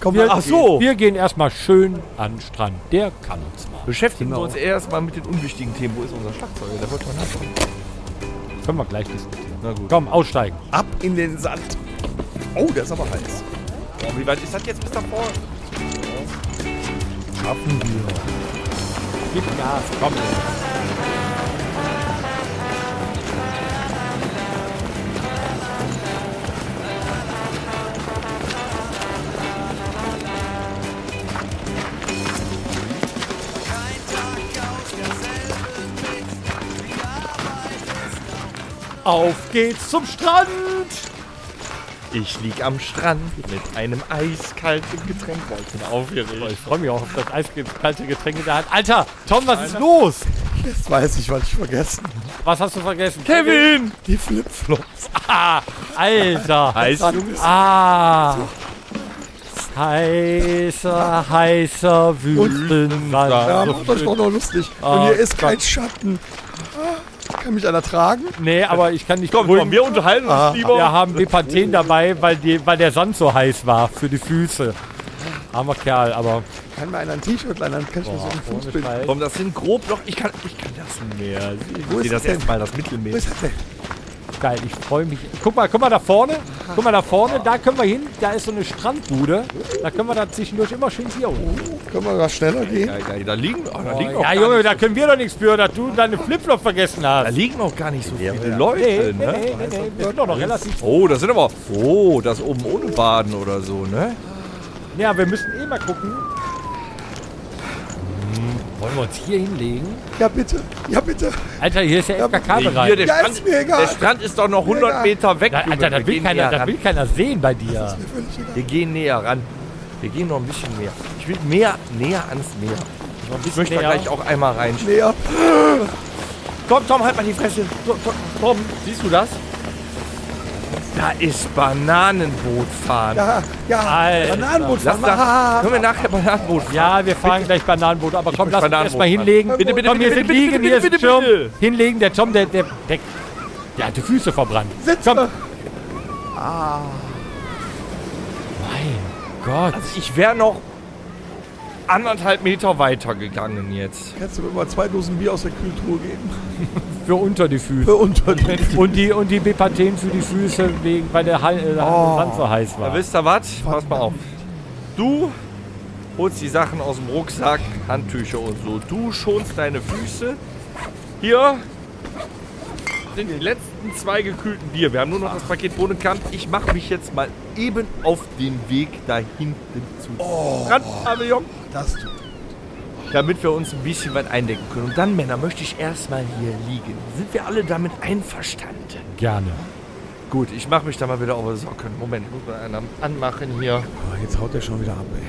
[SPEAKER 3] Komm,
[SPEAKER 1] Wir,
[SPEAKER 3] lass gehen.
[SPEAKER 1] Wir gehen erstmal schön an den Strand. Der kann uns mal.
[SPEAKER 2] Beschäftigen
[SPEAKER 3] Genau.
[SPEAKER 2] wir uns erstmal mit den unwichtigen Themen. Wo ist unser Schlagzeug? Da wollte man nachschauen.
[SPEAKER 1] Können wir gleich diskutieren.
[SPEAKER 2] Na gut.
[SPEAKER 1] Komm, aussteigen.
[SPEAKER 3] Ab in den Sand. Oh, der ist aber heiß.
[SPEAKER 2] Oh, Wie weit ist das jetzt bis davor?
[SPEAKER 3] Schaffen wir.
[SPEAKER 1] Gib Gas, komm. Auf geht's zum Strand!
[SPEAKER 2] Ich lieg am Strand mit einem eiskalten Getränk. Ich bin aufgeregt.
[SPEAKER 1] Ich freue mich auch auf das eiskalte Getränk in der Hand. Alter, Tom, was ist los?
[SPEAKER 3] Das weiß ich, weil ich vergessen habe.
[SPEAKER 1] Was hast du vergessen?
[SPEAKER 5] Kevin!
[SPEAKER 3] Die Flipflops.
[SPEAKER 1] Ah, Alter!
[SPEAKER 3] Heißt du bist.
[SPEAKER 1] Ah! Heißer, heißer
[SPEAKER 3] Ja,
[SPEAKER 1] Wüstensand.
[SPEAKER 3] macht euch Ah, doch noch lustig. Und
[SPEAKER 1] Ah,
[SPEAKER 3] hier ist kein
[SPEAKER 1] Gott.
[SPEAKER 3] Schatten. Ah, Kann mich einer tragen?
[SPEAKER 1] Nee, aber ich kann nicht
[SPEAKER 2] Komm,
[SPEAKER 1] beruhigen.
[SPEAKER 2] komm, wir unterhalten uns
[SPEAKER 3] Ah.
[SPEAKER 2] lieber.
[SPEAKER 1] Wir haben Bepanthen dabei, weil, die, weil der Sand so heiß war für die Füße. Armer Kerl, aber
[SPEAKER 3] Kann mir einer ein T-Shirt leihen, dann kann ich mir so ein
[SPEAKER 1] ohne
[SPEAKER 3] Fußbild.
[SPEAKER 1] Scheiß.
[SPEAKER 2] Komm, das sind grob noch. Ich kann, ich kann das nicht mehr.
[SPEAKER 3] Wo
[SPEAKER 2] Ich
[SPEAKER 3] ist
[SPEAKER 2] sehe das
[SPEAKER 3] denn?
[SPEAKER 2] erstmal, das Mittelmeer.
[SPEAKER 3] Wo ist das denn?
[SPEAKER 1] Geil, ich freue mich. Guck mal, guck mal da vorne. Guck mal da vorne, da können wir hin. Da ist so eine Strandbude. Da können wir da zwischendurch immer schön hier hoch.
[SPEAKER 3] Können wir mal schneller gehen?
[SPEAKER 2] Ja, ja, da liegen, oh, da liegen auch
[SPEAKER 1] Ja,
[SPEAKER 2] gar
[SPEAKER 1] Junge,
[SPEAKER 2] nicht,
[SPEAKER 1] da können wir doch nichts für, dass du deine Flipflop vergessen
[SPEAKER 2] da
[SPEAKER 1] hast.
[SPEAKER 2] liegen auch gar nicht so viele Leute,
[SPEAKER 1] nee,
[SPEAKER 2] ne?
[SPEAKER 1] nee, nee, nee, wir sind doch noch relativ.
[SPEAKER 2] Oh, das sind aber. Oh, das oben ohne Baden oder so, ne?
[SPEAKER 1] Ja, wir müssen eh mal gucken. Hm, Wollen wir uns hier hinlegen?
[SPEAKER 3] Ja, bitte. Ja, bitte.
[SPEAKER 1] Alter, hier ist der
[SPEAKER 2] Hier,
[SPEAKER 1] FKK-Bereich.
[SPEAKER 2] der,
[SPEAKER 3] Ja, ist
[SPEAKER 2] Strand,
[SPEAKER 3] mir egal.
[SPEAKER 2] der Strand ist doch noch 100
[SPEAKER 3] egal.
[SPEAKER 2] Meter weg. Junge.
[SPEAKER 1] Alter,
[SPEAKER 2] Wir
[SPEAKER 1] das will,
[SPEAKER 2] gehen
[SPEAKER 1] keiner,
[SPEAKER 2] näher
[SPEAKER 1] das
[SPEAKER 2] ran.
[SPEAKER 1] will keiner sehen bei dir.
[SPEAKER 3] Mir völlig egal.
[SPEAKER 2] Wir gehen näher ran. Wir gehen noch ein bisschen näher. Ich will mehr, näher ans Meer. Ich möchte da
[SPEAKER 1] näher.
[SPEAKER 2] gleich auch einmal rein.
[SPEAKER 3] Näher.
[SPEAKER 2] Komm, Tom, halt mal die Fresse. Tom, Tom, Tom, siehst du das? Da ist Bananenboot fahren.
[SPEAKER 3] Ja, ja.
[SPEAKER 1] Alter.
[SPEAKER 3] Bananenboot
[SPEAKER 2] Lass
[SPEAKER 3] fahren.
[SPEAKER 2] da,
[SPEAKER 3] Ah,
[SPEAKER 2] können wir nachher Bananenboot fahren?
[SPEAKER 1] Ja, wir fahren gleich Bananenboot, aber komm,
[SPEAKER 2] möchte
[SPEAKER 1] lass uns
[SPEAKER 2] Bananenboot
[SPEAKER 1] erstmal
[SPEAKER 2] fahren.
[SPEAKER 1] hinlegen.
[SPEAKER 3] Bitte, bitte,
[SPEAKER 1] komm,
[SPEAKER 2] bitte,
[SPEAKER 1] hier sind
[SPEAKER 2] bitte, bitte,
[SPEAKER 1] Liegen, hier
[SPEAKER 2] bitte,
[SPEAKER 1] ist
[SPEAKER 2] bitte,
[SPEAKER 1] Schirm.
[SPEAKER 2] bitte.
[SPEAKER 1] Hinlegen, der Tom, der, der, der, der hat die Füße verbrannt.
[SPEAKER 3] Sitz
[SPEAKER 1] komm.
[SPEAKER 3] da.
[SPEAKER 1] Mein Gott.
[SPEAKER 2] Also ich wäre noch anderthalb Meter weiter gegangen jetzt.
[SPEAKER 3] Kannst du mir mal zwei Dosen Bier aus der Kühltruhe geben?
[SPEAKER 1] Für unter die Füße.
[SPEAKER 3] Für unter die-
[SPEAKER 1] Und die, und die Bepanthen für die Füße, wegen, weil der Hall- äh, Sand so heiß
[SPEAKER 2] Oh. Da
[SPEAKER 1] war.
[SPEAKER 2] wisst ihr was? Pass mal auf. Du holst die Sachen aus dem Rucksack, Handtücher und so. Du schonst deine Füße. Hier sind die letzten zwei gekühlten Bier. Wir haben nur noch das Paket Bohnenkamp. Ich mache mich jetzt mal eben auf den Weg da hinten zu
[SPEAKER 1] Oh.
[SPEAKER 2] Strandpavillon,
[SPEAKER 3] Das tut
[SPEAKER 2] damit wir uns ein bisschen was eindecken können. Und dann, Männer, möchte ich erstmal hier liegen. Sind wir alle damit einverstanden?
[SPEAKER 1] Gerne.
[SPEAKER 2] Gut, ich mache mich da mal wieder auf die Socken. Moment, muss man einen anmachen hier.
[SPEAKER 3] Boah, Oh, jetzt haut der schon wieder ab, ey.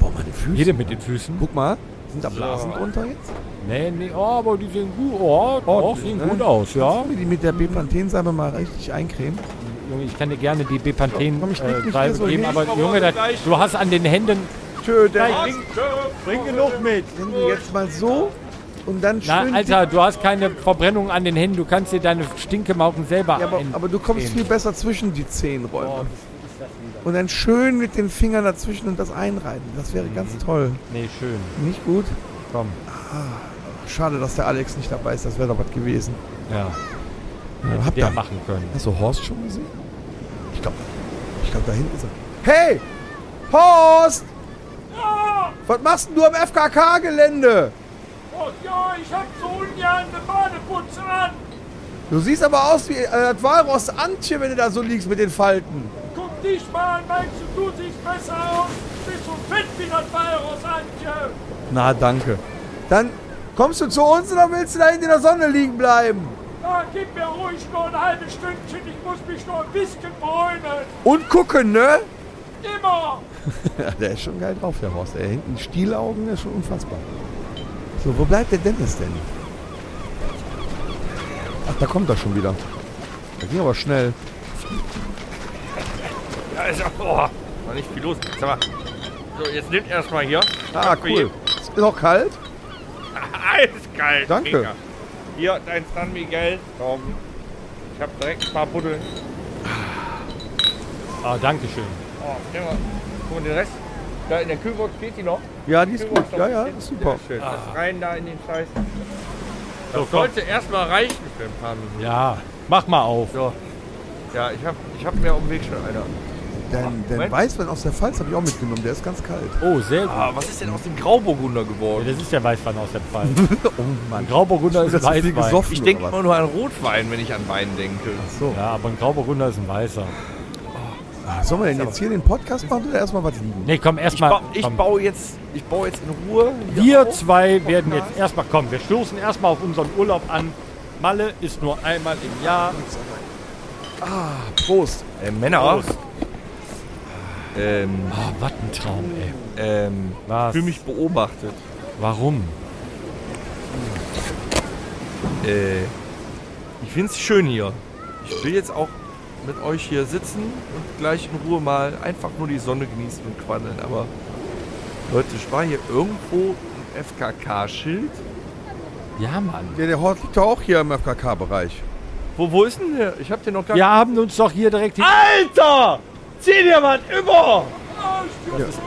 [SPEAKER 3] Boah, meine Füße.
[SPEAKER 1] Jede mit den Füßen?
[SPEAKER 3] Guck mal, sind da Blasen drunter jetzt?
[SPEAKER 1] Nee, nee, oh, aber die sehen gut, oh, doch,
[SPEAKER 3] Ordentlich,
[SPEAKER 1] sehen
[SPEAKER 3] ne?
[SPEAKER 1] gut aus, ja.
[SPEAKER 3] Sollen wir die mit der Bepanthensalbe mal richtig eincremen?
[SPEAKER 1] Junge, ich kann dir gerne die Bepanthen
[SPEAKER 3] Komm, ich leg mich
[SPEAKER 1] äh,
[SPEAKER 3] hier
[SPEAKER 1] Salbe
[SPEAKER 3] so
[SPEAKER 1] geben,
[SPEAKER 3] hin.
[SPEAKER 1] aber Junge, das, du hast an den Händen...
[SPEAKER 3] Tschö, der
[SPEAKER 1] Bring, bring genug mit.
[SPEAKER 3] wenn du jetzt mal so und dann schön...
[SPEAKER 1] Na, Alter, du hast keine Verbrennung an den Händen. Du kannst dir deine Stinkemauken selber
[SPEAKER 3] Ja, aber,
[SPEAKER 1] ein-
[SPEAKER 3] aber du kommst
[SPEAKER 1] Eben.
[SPEAKER 3] viel besser zwischen die Zehenräume. Und dann schön mit den Fingern dazwischen und das einreiben. Das wäre ganz toll.
[SPEAKER 1] Nee, schön.
[SPEAKER 3] Nicht gut? Ah,
[SPEAKER 1] Komm.
[SPEAKER 3] Schade, dass der Alex nicht dabei ist. Das wäre doch was gewesen.
[SPEAKER 1] Ja,
[SPEAKER 3] Ja, habt
[SPEAKER 1] wir
[SPEAKER 3] ihr
[SPEAKER 1] machen können.
[SPEAKER 3] Hast du Horst schon gesehen? Ich glaube, ich glaube, da hinten ist er. Hey! Horst! Was machst denn du am FKK-Gelände?
[SPEAKER 5] Ja, ich hab so ungern eine Badeputze an.
[SPEAKER 3] Du siehst aber aus wie äh, das Walross Antje, wenn du da so liegst mit den Falten.
[SPEAKER 5] Guck dich mal an, meinst du, du siehst besser aus? Bist so fit wie das Virus, Antje.
[SPEAKER 3] Na, danke. Dann kommst du zu uns oder willst du da hinten in der Sonne liegen bleiben?
[SPEAKER 5] Na, gib mir ruhig nur ein halbes Stündchen, ich muss mich noch ein bisschen bräunen.
[SPEAKER 3] Und gucken, ne?
[SPEAKER 5] Immer.
[SPEAKER 3] Ja, der ist schon geil drauf, der Horst. Er hinten Stielaugen, der ist schon unfassbar. So, wo bleibt der Dennis denn? Ach, da kommt er schon wieder. Da ging aber schnell.
[SPEAKER 2] Ja, ist ja, boah, war nicht viel los. Sag mal, so, jetzt nimmt erstmal hier.
[SPEAKER 3] Ah, cool. Ist noch kalt?
[SPEAKER 2] Eiskalt.
[SPEAKER 3] Danke.
[SPEAKER 2] Digga. Hier, dein San Miguel. Komm. Ich hab direkt ein paar Buddeln.
[SPEAKER 1] Ah, danke schön.
[SPEAKER 2] Oh, nimm mal. Guck mal, den Rest. Da in der Kühlbox geht die noch.
[SPEAKER 3] Ja, die ist gut.
[SPEAKER 2] Kühlbox noch
[SPEAKER 3] Ja,
[SPEAKER 2] ein
[SPEAKER 3] ja,
[SPEAKER 2] bisschen.
[SPEAKER 3] ist super.
[SPEAKER 2] Sehr schön. Das rein da in den Scheiß.
[SPEAKER 1] So,
[SPEAKER 2] Das
[SPEAKER 1] komm.
[SPEAKER 2] sollte erstmal reichen für ein paar Minuten.
[SPEAKER 1] Ja, mach mal auf.
[SPEAKER 2] So. Ja, ich hab, ich hab mir auf dem Weg schon einer.
[SPEAKER 3] Dein, dein
[SPEAKER 2] Moment.
[SPEAKER 3] Weißwein aus der Pfalz habe ich auch mitgenommen. Der ist ganz kalt.
[SPEAKER 1] Oh, sehr gut.
[SPEAKER 2] Ah, was ist denn aus dem Grauburgunder
[SPEAKER 1] Ja,
[SPEAKER 2] geworden?
[SPEAKER 1] das ist der Weißwein aus der Pfalz.
[SPEAKER 3] Oh Mann.
[SPEAKER 1] Ein Grauburgunder ist ein
[SPEAKER 3] Das ist viel
[SPEAKER 1] Weißwein.
[SPEAKER 3] gesoffen.
[SPEAKER 2] Ich denke
[SPEAKER 3] oder was?
[SPEAKER 2] immer nur an Rotwein, wenn ich an Wein denke.
[SPEAKER 3] So,
[SPEAKER 1] Ja, aber ein Grauburgunder ist ein Weißer.
[SPEAKER 3] sollen wir denn jetzt hier den Podcast machen oder erstmal was liegen?
[SPEAKER 1] Nee, komm,
[SPEAKER 2] Ich, ba
[SPEAKER 1] erstmal.
[SPEAKER 2] ich baue jetzt, ich baue jetzt in Ruhe. hier
[SPEAKER 1] Wir
[SPEAKER 2] auf.
[SPEAKER 1] zwei werden jetzt erstmal kommen. Wir stoßen erstmal auf unseren Urlaub an. Malle ist nur einmal im Jahr.
[SPEAKER 3] Prost.
[SPEAKER 2] Äh, Männer. Ähm,
[SPEAKER 1] Oh, was ein Traum, ey.
[SPEAKER 2] ähm,
[SPEAKER 1] Was?
[SPEAKER 2] fühle mich beobachtet.
[SPEAKER 1] Warum?
[SPEAKER 2] Äh, ich finde es schön hier. Ich will jetzt auch mit euch hier sitzen und gleich in Ruhe mal einfach nur die Sonne genießen und quandeln. Aber Leute, ich war hier irgendwo ein FKK-Schild.
[SPEAKER 1] Ja, Mann.
[SPEAKER 3] Ja, der Hort liegt doch auch hier im FKK-Bereich.
[SPEAKER 2] Wo, wo ist denn der? Ich hab den noch gar
[SPEAKER 1] Wir haben uns doch hier direkt die
[SPEAKER 2] Alter! Zieh dir was über!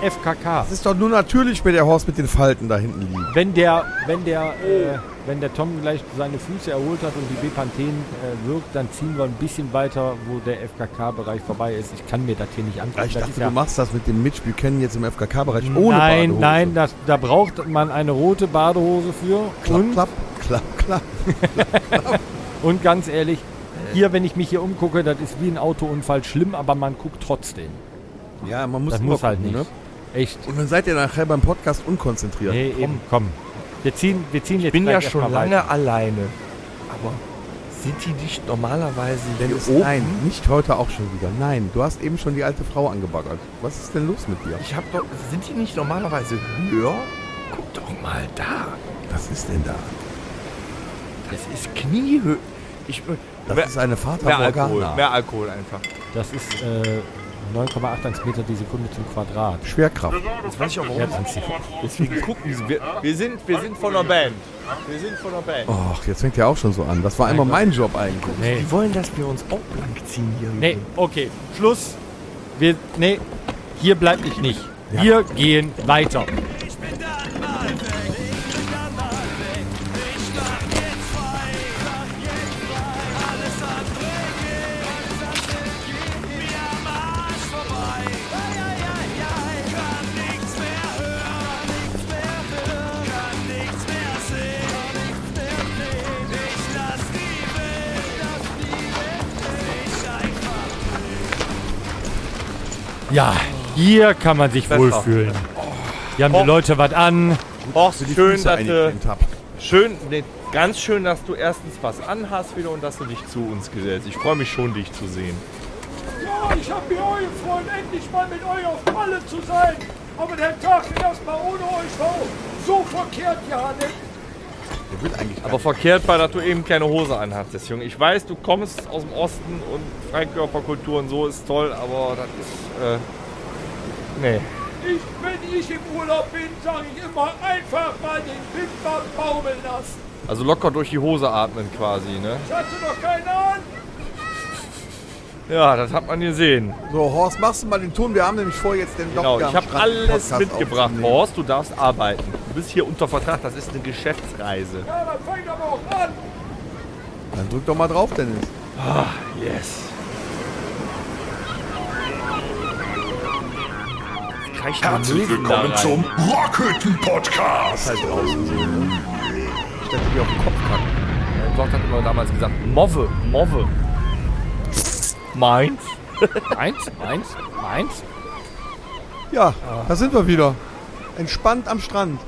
[SPEAKER 1] FKK.
[SPEAKER 3] Es ist doch nur natürlich, wenn der Horst mit den Falten da hinten liegt.
[SPEAKER 1] Wenn der, wenn der, äh, wenn der Tom gleich seine Füße erholt hat und die Bepanthen äh, wirkt, dann ziehen wir ein bisschen weiter, wo der FKK-Bereich vorbei ist. Ich kann mir das hier nicht angucken.
[SPEAKER 3] Ich
[SPEAKER 1] das
[SPEAKER 3] dachte,
[SPEAKER 1] ist ja-
[SPEAKER 3] du machst das mit dem Mitch Buchanan jetzt im FKK-Bereich ohne
[SPEAKER 1] nein,
[SPEAKER 3] Badehose.
[SPEAKER 1] nein, das, da braucht man eine rote Badehose für.
[SPEAKER 3] Klapp,
[SPEAKER 1] und,
[SPEAKER 3] klapp, klapp, klapp.
[SPEAKER 1] und ganz ehrlich, hier, wenn ich mich hier umgucke, das ist wie ein Autounfall schlimm, aber man guckt trotzdem.
[SPEAKER 3] Ja, man muss
[SPEAKER 1] Das
[SPEAKER 3] immer
[SPEAKER 1] muss halt
[SPEAKER 3] gucken, ne?
[SPEAKER 1] nicht. Echt.
[SPEAKER 3] Und dann seid ihr nachher beim Podcast unkonzentriert.
[SPEAKER 1] Nee, eben, komm. Wir ziehen, wir ziehen jetzt
[SPEAKER 2] Ich bin ja
[SPEAKER 1] gleich erst
[SPEAKER 2] schon
[SPEAKER 1] mal
[SPEAKER 2] lange
[SPEAKER 1] weiter.
[SPEAKER 2] alleine. Aber sind die nicht normalerweise
[SPEAKER 3] Denn
[SPEAKER 2] hier
[SPEAKER 3] es,
[SPEAKER 2] oben?
[SPEAKER 3] nein, nicht heute auch schon wieder. Nein, du hast eben schon die alte Frau angebaggert. Was ist denn los mit dir?
[SPEAKER 2] Ich hab doch. Sind die nicht normalerweise höher? Guck doch mal da.
[SPEAKER 3] Was ist denn da?
[SPEAKER 2] Das ist Kniehöhe. Ich,
[SPEAKER 3] Das
[SPEAKER 2] Mehr-
[SPEAKER 3] ist eine Fata
[SPEAKER 2] mehr Alkohol.
[SPEAKER 3] Morgana.
[SPEAKER 2] Mehr Alkohol einfach.
[SPEAKER 1] Das ist äh, 9,8 Meter die Sekunde zum Quadrat.
[SPEAKER 3] Schwerkraft.
[SPEAKER 2] Das weiß ich auch warum.
[SPEAKER 1] Jetzt anziehen.
[SPEAKER 2] Deswegen gucken sie. Wir, wir, sind, wir sind von der Band. Wir sind von der Band.
[SPEAKER 3] Och, jetzt fängt er auch schon so an. Das war einmal mein Job eigentlich.
[SPEAKER 1] Nee.
[SPEAKER 4] Die wollen, dass wir uns auch blank ziehen hier.
[SPEAKER 1] Nee, okay. Schluss. Wir, nee, hier bleibe ich nicht. Wir gehen weiter. Ja, hier kann man sich
[SPEAKER 2] Besser.
[SPEAKER 1] wohlfühlen. Hier haben die
[SPEAKER 2] Oh.
[SPEAKER 1] Leute was an.
[SPEAKER 2] Horst,
[SPEAKER 3] Die
[SPEAKER 2] Oh, schön,
[SPEAKER 3] Füße
[SPEAKER 2] dass du,
[SPEAKER 3] eingeklemmt hab.
[SPEAKER 2] schön, nee, ganz schön, dass du erstens was anhast wieder und dass du dich zu uns gesetzt. Ich freue mich schon, dich zu sehen.
[SPEAKER 5] Ja, ich hab mir euch gefreut, endlich mal mit euch auf Malle zu sein. Aber der Tag ist erstmal ohne euch war auch so verkehrt gehandelt.
[SPEAKER 3] Der will eigentlich
[SPEAKER 2] Aber verkehrt war, dass du eben keine Hose anhattest, Junge. Ich weiß, du kommst aus dem Osten und Freikörperkultur und so ist toll, aber das ist. Äh, nee.
[SPEAKER 5] Ich, wenn ich im Urlaub bin, sage ich immer einfach mal den Pimpern baumeln lassen.
[SPEAKER 2] Also locker durch die Hose atmen quasi, ne?
[SPEAKER 5] Ich hatte doch keine Ahnung.
[SPEAKER 2] Ja, das hat man gesehen.
[SPEAKER 3] So, Horst, machst du mal den Ton? Wir haben nämlich vor, jetzt den
[SPEAKER 2] Genau, ich
[SPEAKER 3] am
[SPEAKER 2] habe
[SPEAKER 3] Strand
[SPEAKER 2] alles
[SPEAKER 3] Podcast
[SPEAKER 2] mitgebracht,
[SPEAKER 3] aufzunehmen.
[SPEAKER 2] Horst. Du darfst arbeiten. Du bist hier unter Vertrag. Das ist eine Geschäftsreise.
[SPEAKER 5] Ja, dann fängt aber auch an.
[SPEAKER 3] Dann drück doch mal drauf, Dennis.
[SPEAKER 2] Yes. Herzlich willkommen zum.
[SPEAKER 3] Halt draußen so, ne? Ich stell dich auf den Kopf kacken.
[SPEAKER 2] Mein Gott hat immer damals gesagt: Move, Move. Meins.
[SPEAKER 1] Eins, eins, eins.
[SPEAKER 3] Ja, da sind wir wieder. Entspannt am Strand.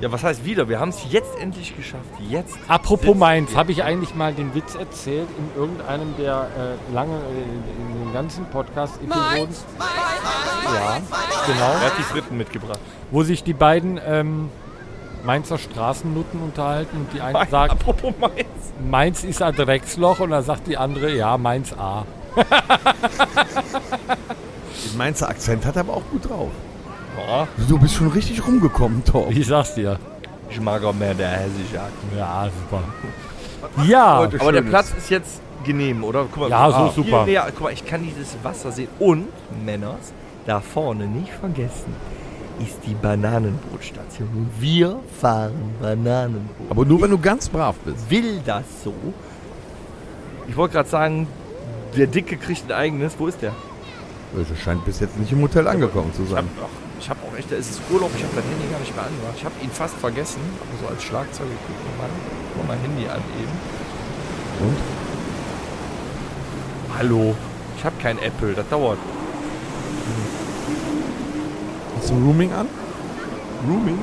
[SPEAKER 2] Ja, was heißt wieder? Wir haben es jetzt endlich geschafft. Jetzt.
[SPEAKER 1] Apropos Mainz, habe ich eigentlich mal den Witz erzählt in irgendeinem der äh, lange, äh, in dem ganzen podcast episoden Ja, genau.
[SPEAKER 2] Er hat die Fritten mitgebracht.
[SPEAKER 1] Wo sich die beiden ähm, Mainzer Straßennutten unterhalten und die eine
[SPEAKER 2] Mein-
[SPEAKER 1] sagt,
[SPEAKER 2] Apropos meins.
[SPEAKER 1] Mainz ist ein Drecksloch und dann sagt die andere, ja, Mainz A.
[SPEAKER 3] Den Mainzer Akzent hat er aber auch gut drauf.
[SPEAKER 2] Ja,
[SPEAKER 3] Du bist schon richtig rumgekommen, Tom.
[SPEAKER 1] Wie sag's dir?
[SPEAKER 2] ich mag auch mehr der hessische Akzent.
[SPEAKER 1] Ja, super. Ja,
[SPEAKER 3] Heute
[SPEAKER 2] Aber der
[SPEAKER 3] Schönes.
[SPEAKER 2] Platz ist jetzt genehm, oder? Guck mal,
[SPEAKER 1] Ja, so
[SPEAKER 2] ah,
[SPEAKER 1] ist super.
[SPEAKER 2] Viel näher, guck mal, ich kann dieses Wasser sehen. Und, Männers, da vorne nicht vergessen, ist die Bananenbootstation. Und wir fahren Bananenboot.
[SPEAKER 3] Aber nur, wenn du ganz brav bist.
[SPEAKER 2] Will das so? Ich wollte gerade sagen, der Dicke kriegt ein eigenes. Wo ist der?
[SPEAKER 3] Du Also, scheint bis jetzt nicht im Hotel angekommen zu sein.
[SPEAKER 2] Ich habe auch echt, es ist Urlaub, ich habe mein Handy gar nicht mehr angemacht. Ich habe ihn fast vergessen, aber so als Schlagzeuger guckt man mal mein Handy an eben. Und? Hallo, ich habe kein Apple, das dauert.
[SPEAKER 3] Hast du Rooming an?
[SPEAKER 2] Rooming?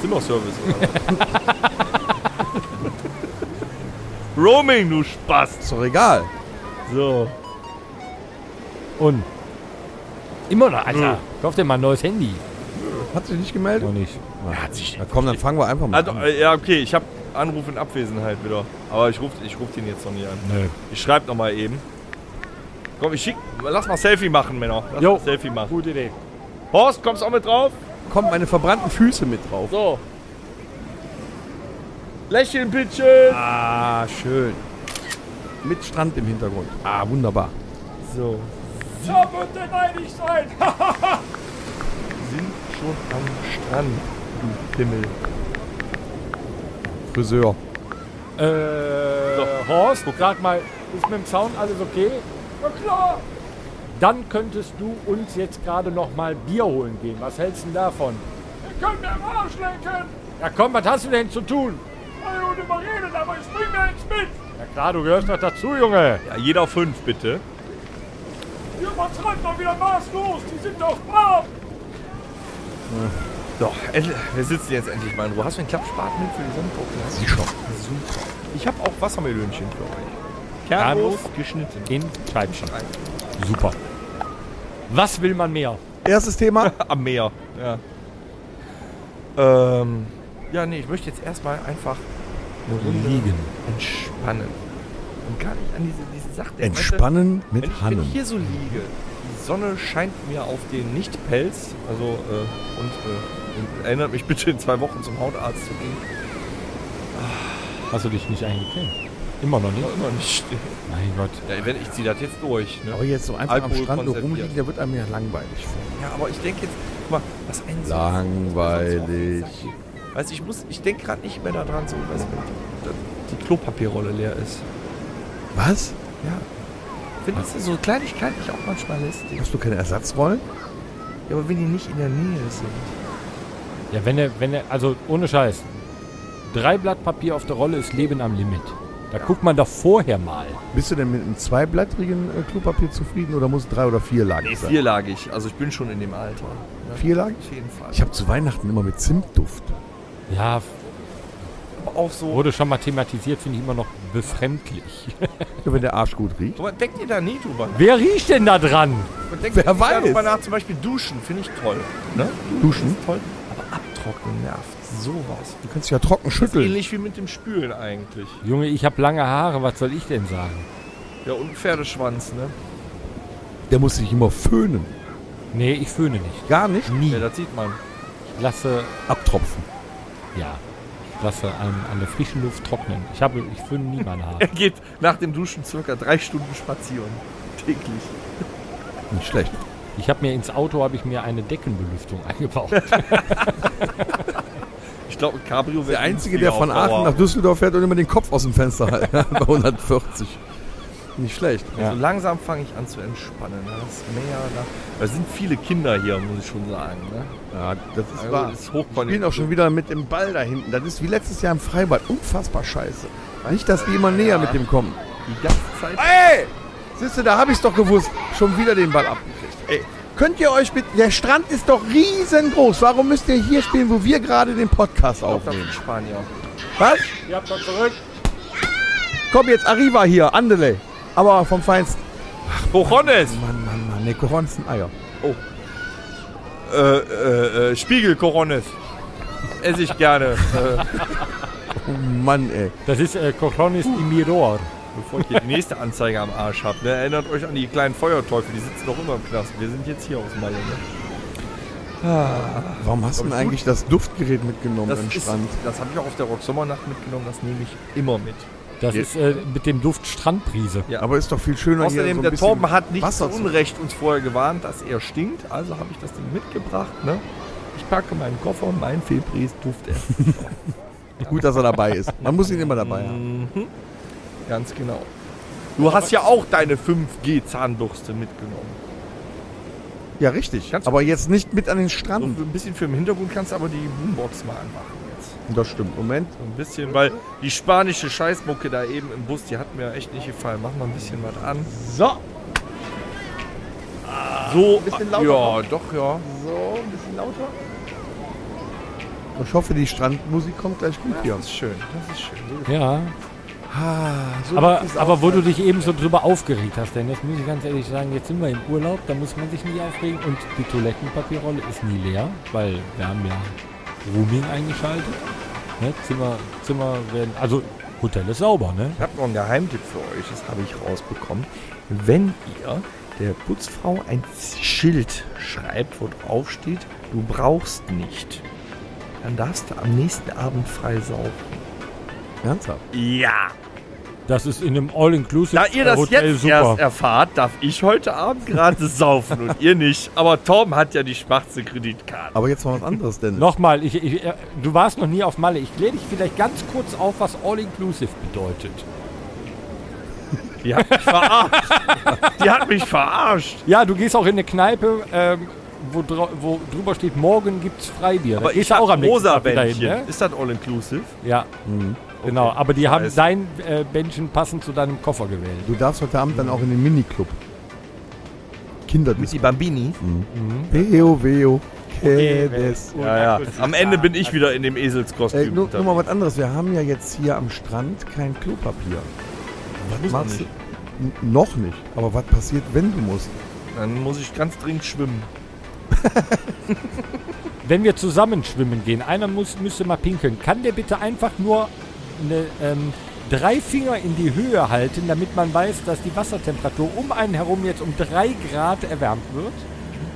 [SPEAKER 2] Zimmerservice oder was? Roaming, du Spaß!
[SPEAKER 3] Ist doch egal.
[SPEAKER 2] So.
[SPEAKER 1] und. Immer noch,
[SPEAKER 2] Hm.
[SPEAKER 1] Alter. Kauf dir mal ein neues Handy.
[SPEAKER 3] Hat sich nicht gemeldet?
[SPEAKER 1] nicht.
[SPEAKER 3] Na komm, dann fangen wir einfach mal
[SPEAKER 2] Also,
[SPEAKER 3] an.
[SPEAKER 2] äh, ja, okay, ich habe Anruf in Abwesenheit wieder. Aber ich rufe ich ruf den jetzt noch nie an.
[SPEAKER 1] Nö.
[SPEAKER 2] Ich schreibe noch mal eben. Komm, ich schick. Lass mal Selfie machen, Männer. Lass
[SPEAKER 1] Jo.
[SPEAKER 2] mal Selfie machen.
[SPEAKER 1] Gute Idee.
[SPEAKER 2] Horst, kommst auch mit drauf?
[SPEAKER 7] Kommen meine verbrannten Füße mit drauf.
[SPEAKER 2] So. Lächeln, Bitches.
[SPEAKER 7] Ah, schön. Mit Strand im Hintergrund. Ah, wunderbar.
[SPEAKER 2] So.
[SPEAKER 5] Da wird er neidisch sein.
[SPEAKER 2] Sind schon am Strand, du Pimmel.
[SPEAKER 7] Friseur.
[SPEAKER 1] Äh, Horst, sag mal, ist mit dem Sound alles okay?
[SPEAKER 5] Na klar,
[SPEAKER 1] Dann könntest du uns jetzt gerade noch mal Bier holen gehen. Was hältst du denn davon?
[SPEAKER 5] ihr könnt mir am Arsch lenken.
[SPEAKER 1] Ja komm, was hast du denn zu tun?
[SPEAKER 5] Ich wurde überredet, aber ich bring mir eins mit.
[SPEAKER 1] Ja klar, du gehörst doch dazu, Junge.
[SPEAKER 2] Ja, jeder fünf, bitte.
[SPEAKER 5] Ihr übertreibt doch wieder maßlos. Die sind doch brav.
[SPEAKER 2] So, endl- wir sitzen jetzt endlich mal in Ruhe. Hast du einen Klappspat mit für die Sonnenkuchen? Sicher. Super. Ich habe auch Wassermelönchen für euch. Kernlos geschnitten.
[SPEAKER 1] In Scheibchen. Super. Was will man mehr?
[SPEAKER 3] Erstes Thema.
[SPEAKER 2] Am Meer. Ja. Ähm, ja, nee, ich möchte jetzt erstmal einfach
[SPEAKER 3] Liegen.
[SPEAKER 2] entspannen. Und gar nicht an diese, diese Sache denken. weißt du?
[SPEAKER 3] Entspannen
[SPEAKER 2] Wenn
[SPEAKER 3] mit
[SPEAKER 2] ich, wenn ich
[SPEAKER 3] Hannen.
[SPEAKER 2] hier so liege, die Sonne scheint mir auf den Nichtpelz, also äh, und äh, erinnert mich bitte in zwei Wochen zum Hautarzt zu gehen.
[SPEAKER 1] Hast du dich nicht eingekriegt? Immer noch nicht?
[SPEAKER 2] Noch Immer nicht.
[SPEAKER 1] Mein Gott.
[SPEAKER 2] Ja, wenn ich ziehe das jetzt durch. Ne?
[SPEAKER 3] Aber jetzt so einfach am
[SPEAKER 2] Alkohol
[SPEAKER 3] Strand nur
[SPEAKER 2] konserviert.
[SPEAKER 3] rumliegen, da wird einem ja langweilig.
[SPEAKER 2] Ja, aber ich denke jetzt, guck mal, was ein so-
[SPEAKER 3] Langweilig.
[SPEAKER 2] Weißt du, ich muss, ich denke gerade nicht mehr daran, so weißt du, dass die Klopapierrolle leer ist.
[SPEAKER 3] Was?
[SPEAKER 2] Ja. Findest du so Kleinigkeiten nicht auch manchmal lästig?
[SPEAKER 3] Hast du keine Ersatzrollen?
[SPEAKER 2] Ja, aber wenn die nicht in der Nähe sind.
[SPEAKER 1] Ja, wenn er, wenn er, also ohne Scheiß. Drei Blatt Papier auf der Rolle ist Leben am Limit. Da guckt man doch vorher mal.
[SPEAKER 3] Bist du denn mit einem zweiblättrigen äh, Klopapier zufrieden oder muss es drei oder vier Lagen sein?
[SPEAKER 2] Hier lag ich, also ich bin schon in dem Alter.
[SPEAKER 3] Vier Lagen?
[SPEAKER 2] Auf jeden Fall.
[SPEAKER 3] Ich habe zu Weihnachten immer mit Zimtduft.
[SPEAKER 1] Ja,
[SPEAKER 2] habe auch so.
[SPEAKER 1] wurde schon mal thematisiert, finde ich immer noch befremdlich.
[SPEAKER 3] Ja, wenn der Arsch gut riecht.
[SPEAKER 2] Aber denkt ihr da nie drüber nach?
[SPEAKER 1] Wer riecht denn da dran?
[SPEAKER 2] Und denkt
[SPEAKER 3] Wer
[SPEAKER 2] ihr nie
[SPEAKER 3] weiß?
[SPEAKER 2] darüber nach, zum Beispiel duschen, finde ich toll. Ne?
[SPEAKER 3] Duschen.
[SPEAKER 2] Toll. Aber abtrocknen nervt sowas.
[SPEAKER 3] Du kannst dich ja trocken schütteln.
[SPEAKER 2] Ähnlich wie mit dem Spülen eigentlich.
[SPEAKER 1] Junge, ich habe lange Haare, was soll ich denn sagen?
[SPEAKER 2] Ja, und Pferdeschwanz, ne?
[SPEAKER 3] Der muss sich immer föhnen.
[SPEAKER 1] Nee, ich föhne nicht.
[SPEAKER 3] Gar nicht?
[SPEAKER 2] Ja, das sieht man.
[SPEAKER 1] Ich lasse,
[SPEAKER 3] Abtropfen.
[SPEAKER 1] ja, ich lasse an, an der frischen Luft trocknen. Ich habe, ich föhne nie meine Haare.
[SPEAKER 2] Er geht nach dem Duschen circa drei Stunden spazieren. Täglich.
[SPEAKER 3] Nicht schlecht.
[SPEAKER 1] Ich habe mir ins Auto, habe ich mir eine Deckenbelüftung eingebaut.
[SPEAKER 2] Ich glaube, ein Cabrio wäre
[SPEAKER 3] Der Einzige, der von Aachen nach Düsseldorf fährt und immer den Kopf aus dem Fenster hält. bei 140. Nicht schlecht.
[SPEAKER 2] Ja. So Also langsam fange ich an zu entspannen. ne? Das Meer, da, da sind viele Kinder hier, muss ich schon sagen. Ne?
[SPEAKER 3] Ja, das ist
[SPEAKER 2] Also,
[SPEAKER 3] wahr.
[SPEAKER 2] das ist
[SPEAKER 3] Die spielen auch schon wieder mit dem Ball da hinten. Das ist wie letztes Jahr im Freibad. Unfassbar scheiße. Nicht, dass die immer näher mit dem kommen.
[SPEAKER 2] die ganze Zeit.
[SPEAKER 3] Ey! Siehst du, da habe ich doch gewusst. Schon wieder den Ball abgekriegt. Ey, könnt ihr euch bitte... Der Strand ist doch riesengroß. Warum müsst ihr hier spielen, wo wir gerade den Podcast
[SPEAKER 2] Auf
[SPEAKER 3] aufnehmen?
[SPEAKER 2] in Spanien.
[SPEAKER 3] Was?
[SPEAKER 1] Ihr habt doch zurück.
[SPEAKER 3] Komm jetzt, Arriva hier. Andele. Aber vom Feinsten.
[SPEAKER 2] Bochones!
[SPEAKER 3] Mann, Mann, Mann. Ne, Koronzen Eier.
[SPEAKER 2] Äh, äh, äh, Spiegel Coronis. Esse ich gerne. äh,
[SPEAKER 3] Oh Mann, ey.
[SPEAKER 1] Das ist äh, Cojones y Miror.
[SPEAKER 2] bevor ich hier die nächste Anzeige am Arsch habe. Ne? Erinnert euch an die kleinen Feuerteufel, die sitzen doch immer im Knast. Wir sind jetzt hier aus Malle. Ne?
[SPEAKER 3] Warum hast du denn eigentlich das Duftgerät mitgenommen am
[SPEAKER 2] ist-
[SPEAKER 3] Strand?
[SPEAKER 2] das habe ich auch auf der Rocksommernacht mitgenommen, das nehme ich immer mit.
[SPEAKER 1] Das ist äh, mit dem Duft Strandbrise.
[SPEAKER 2] Ja.
[SPEAKER 3] Aber ist doch viel schöner
[SPEAKER 2] Außerdem,
[SPEAKER 3] hier so ein
[SPEAKER 2] der
[SPEAKER 3] bisschen
[SPEAKER 2] Torben hat nicht zu
[SPEAKER 3] Wasser zu
[SPEAKER 2] Unrecht uns vorher gewarnt, dass er stinkt. Also habe ich das Ding mitgebracht. Ne? Ich packe meinen Koffer, mein Fehlpries duft er.
[SPEAKER 3] Gut, dass er dabei ist. Man muss ihn immer dabei haben.
[SPEAKER 2] Mhm. Ganz genau. Du hast ja auch deine 5G-Zahnbürste mitgenommen.
[SPEAKER 3] Ja, richtig.
[SPEAKER 2] Ganz
[SPEAKER 3] Aber jetzt nicht mit an den
[SPEAKER 2] So
[SPEAKER 3] Strand.
[SPEAKER 2] ein bisschen für den Hintergrund kannst du aber die Boombox mal anmachen jetzt.
[SPEAKER 3] Das stimmt. Moment.
[SPEAKER 2] So ein bisschen, weil die spanische Scheißmucke da eben im Bus, die hat mir echt nicht gefallen. Mach mal ein bisschen was an.
[SPEAKER 3] So.
[SPEAKER 2] So,
[SPEAKER 3] bisschen
[SPEAKER 2] ah,
[SPEAKER 3] lauter
[SPEAKER 2] ja, doch, ja.
[SPEAKER 3] So, ein bisschen lauter. Ich hoffe, die Strandmusik kommt gleich gut hier.
[SPEAKER 2] Das ist schön, das ist schön.
[SPEAKER 1] Ja,
[SPEAKER 3] Ah, so
[SPEAKER 1] aber,
[SPEAKER 3] ist es
[SPEAKER 1] aber
[SPEAKER 3] auch.
[SPEAKER 1] wo du dich eben so drüber aufgeregt hast, denn das muss ich ganz ehrlich sagen, jetzt sind wir im Urlaub, da muss man sich nicht aufregen und die Toilettenpapierrolle ist nie leer, weil wir haben ja Roaming eingeschaltet. Ne? Zimmer, Zimmer werden. Also, Hotel ist sauber, ne?
[SPEAKER 4] Ich habe noch einen Geheimtipp für euch, das habe ich rausbekommen. Wenn ihr der Putzfrau ein Schild schreibt, wo drauf steht, du brauchst nicht, dann darfst du am nächsten Abend frei saufen.
[SPEAKER 3] Ernsthaft?
[SPEAKER 4] Ja,
[SPEAKER 1] Das ist in einem All-Inclusive. äh,
[SPEAKER 4] da ihr das
[SPEAKER 1] Hotel
[SPEAKER 4] jetzt
[SPEAKER 1] super.
[SPEAKER 4] erst erfahrt, darf ich heute Abend gratis saufen und ihr nicht. Aber Tom hat ja die schwarze Kreditkarte.
[SPEAKER 3] Aber jetzt mal was anderes, Dennis.
[SPEAKER 1] Nochmal, ich, ich, äh, du warst noch nie auf Malle. Ich kläre dich vielleicht ganz kurz auf, was All-Inclusive bedeutet.
[SPEAKER 4] Die hat mich verarscht. Die hat mich verarscht.
[SPEAKER 1] Ja, du gehst auch in eine Kneipe, ähm, wo, drau- wo drüber steht, morgen gibt's Freibier. Da gehst du
[SPEAKER 4] hab
[SPEAKER 1] nächsten
[SPEAKER 4] rosa
[SPEAKER 1] Tag wieder
[SPEAKER 4] Bändchen.
[SPEAKER 1] ne?
[SPEAKER 4] Ist das all inclusive?
[SPEAKER 1] Ja, genau. Aber die haben
[SPEAKER 4] Weiß.
[SPEAKER 1] dein äh, Bändchen passend zu deinem Koffer gewählt.
[SPEAKER 3] Du darfst heute Abend dann auch in den Miniclub. Kinder
[SPEAKER 4] Die Bambini.
[SPEAKER 3] Veo,
[SPEAKER 2] Oh,
[SPEAKER 3] veo, E Kedes.
[SPEAKER 4] Ja, ja. Am Ende bin ich wieder in dem
[SPEAKER 3] Ey,
[SPEAKER 4] Eselskostüm.
[SPEAKER 3] nur, Äh, nur mal
[SPEAKER 4] unterwegs.
[SPEAKER 3] was anderes. Wir haben ja jetzt hier am Strand kein Klopapier. Was machst du? N- Noch nicht. Aber was passiert, wenn du musst?
[SPEAKER 4] Dann muss ich ganz dringend schwimmen.
[SPEAKER 1] Wenn wir zusammen schwimmen gehen, einer muss, müsste mal pinkeln. Kann der bitte einfach nur eine, ähm, drei Finger in die Höhe halten, damit man weiß, dass die Wassertemperatur um einen herum jetzt um drei Grad erwärmt wird?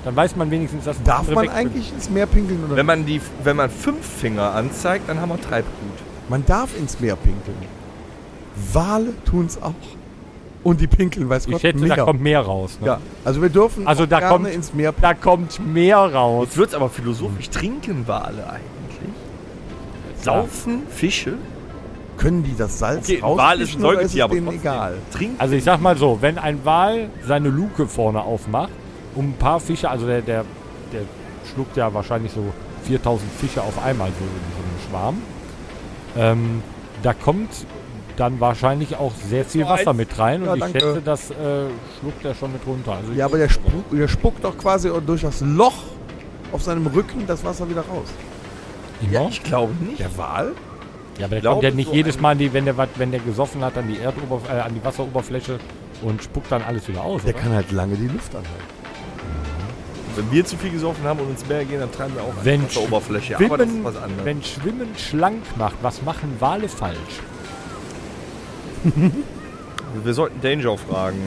[SPEAKER 1] Dann weiß man wenigstens, dass
[SPEAKER 3] Darf
[SPEAKER 1] andere
[SPEAKER 3] man
[SPEAKER 1] wegschwimmen.
[SPEAKER 3] eigentlich ins Meer pinkeln oder
[SPEAKER 4] Wenn man, die, wenn man fünf Finger anzeigt, dann haben wir Treibgut.
[SPEAKER 3] Man darf ins Meer pinkeln. Wale tun's auch. Und die pinkeln, weiß Gott,
[SPEAKER 1] Ich hätte, da kommt mehr raus. Ne?
[SPEAKER 3] ja, also wir dürfen
[SPEAKER 1] Also
[SPEAKER 3] auch
[SPEAKER 1] da
[SPEAKER 3] gerne
[SPEAKER 1] kommt-
[SPEAKER 3] ins Meer
[SPEAKER 1] Da kommt mehr raus.
[SPEAKER 4] Jetzt wird's aber philosophisch. Trinken Wale eigentlich? Saufen Fische?
[SPEAKER 3] Können die das Salz
[SPEAKER 4] Okay, ein
[SPEAKER 3] rausfischen
[SPEAKER 4] Wal ist ein
[SPEAKER 3] oder ist
[SPEAKER 4] Säugetier,
[SPEAKER 3] es
[SPEAKER 4] aber
[SPEAKER 3] denen
[SPEAKER 4] trotzdem.
[SPEAKER 3] egal?
[SPEAKER 4] Trinken.
[SPEAKER 1] Also ich sag mal so, wenn ein Wal seine Luke vorne aufmacht, um ein paar Fische, also der, der, der schluckt ja wahrscheinlich so 4000 Fische auf einmal so in so einem Schwarm, ähm, da kommt dann wahrscheinlich auch sehr viel
[SPEAKER 3] eins.
[SPEAKER 1] Wasser mit rein
[SPEAKER 3] Ja,
[SPEAKER 1] und ich
[SPEAKER 3] danke.
[SPEAKER 1] schätze, das äh, schluckt er schon mit runter. Also ich-
[SPEAKER 3] Ja, aber der, spu der spuckt doch quasi durch das Loch auf seinem Rücken das Wasser wieder raus.
[SPEAKER 1] Immer?
[SPEAKER 4] Ja, ich glaube nicht.
[SPEAKER 3] Der Wal?
[SPEAKER 1] Ja, aber der
[SPEAKER 4] glaube,
[SPEAKER 1] kommt ja nicht
[SPEAKER 4] so
[SPEAKER 1] jedes
[SPEAKER 4] ein-
[SPEAKER 1] Mal, an die, wenn, der, wat- wenn der gesoffen hat, an die, Erdoberf äh, an die Wasseroberfläche und spuckt dann alles wieder aus.
[SPEAKER 3] Der
[SPEAKER 1] oder?
[SPEAKER 3] kann halt lange die Luft anhalten.
[SPEAKER 4] Wenn wir zu viel gesoffen haben und ins Meer gehen, dann treiben wir auch
[SPEAKER 1] Wenn
[SPEAKER 4] auf der Oberfläche.
[SPEAKER 1] Schwimmen,
[SPEAKER 4] Aber das ist was anderes.
[SPEAKER 1] Wenn Schwimmen schlank macht, was machen Wale falsch?
[SPEAKER 4] wir sollten Danger fragen.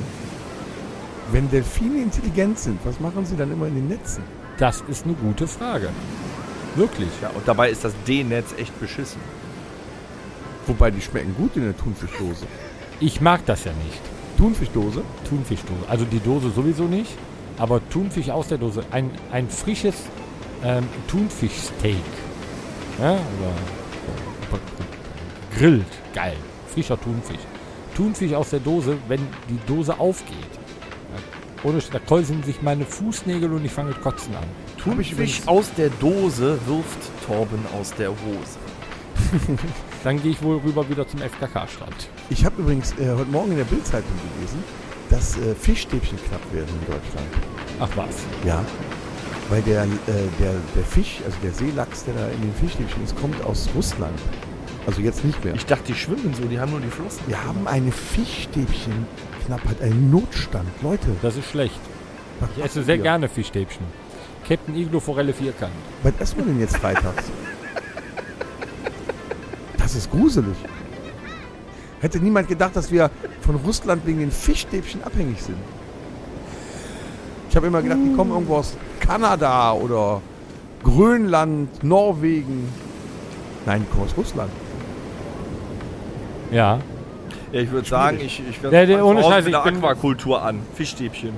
[SPEAKER 3] Wenn Delfine intelligent sind, was machen sie dann immer in den Netzen?
[SPEAKER 1] Das ist eine gute Frage. Wirklich.
[SPEAKER 4] Ja, und dabei ist das D-Netz echt beschissen.
[SPEAKER 3] Wobei die schmecken gut in der Thunfischdose.
[SPEAKER 1] Ich mag das ja nicht.
[SPEAKER 3] Thunfischdose?
[SPEAKER 1] Thunfischdose. Also die Dose sowieso nicht, aber Thunfisch aus der Dose. Ein, ein frisches ähm, Thunfischsteak. Ja, oder grillt. Geil. Frischer Thunfisch. Thunfisch aus der Dose, wenn die Dose aufgeht. Ja, Ohne, da kräuseln sich meine Fußnägel und ich fange mit Kotzen an.
[SPEAKER 4] Thunfisch aus der Dose wirft Torben aus der Hose.
[SPEAKER 1] Dann gehe ich wohl rüber wieder zum FKK-Strand.
[SPEAKER 3] Ich habe übrigens äh, heute Morgen in der Bildzeitung gelesen, dass äh, Fischstäbchen knapp werden in Deutschland.
[SPEAKER 1] Ach was.
[SPEAKER 3] Ja. Weil der, äh, der, der Fisch, also der Seelachs, der da in den Fischstäbchen ist, kommt aus Russland. Also jetzt nicht mehr.
[SPEAKER 4] Ich dachte, die schwimmen so, die haben nur die Flossen.
[SPEAKER 3] Wir haben eine Fischstäbchenknappheit, einen Notstand. Leute,
[SPEAKER 1] Das ist schlecht.
[SPEAKER 3] was
[SPEAKER 1] Ich esse
[SPEAKER 3] macht
[SPEAKER 1] sehr
[SPEAKER 3] ihr?
[SPEAKER 1] gerne Fischstäbchen. Captain Iglo Forelle Vierkant.
[SPEAKER 3] Was essen wir denn jetzt freitags? Das ist gruselig. Hätte niemand gedacht, dass wir von Russland wegen den Fischstäbchen abhängig sind. Ich habe immer gedacht, die kommen irgendwo aus Kanada oder Grönland, Norwegen. Nein, die kommen aus Russland.
[SPEAKER 1] Ja.
[SPEAKER 4] Ja, ich würde sagen, ich, ich werde
[SPEAKER 1] Ja, der- ohne Scheiß,
[SPEAKER 4] mit der
[SPEAKER 1] ich bin-
[SPEAKER 4] Aquakultur an. Fischstäbchen.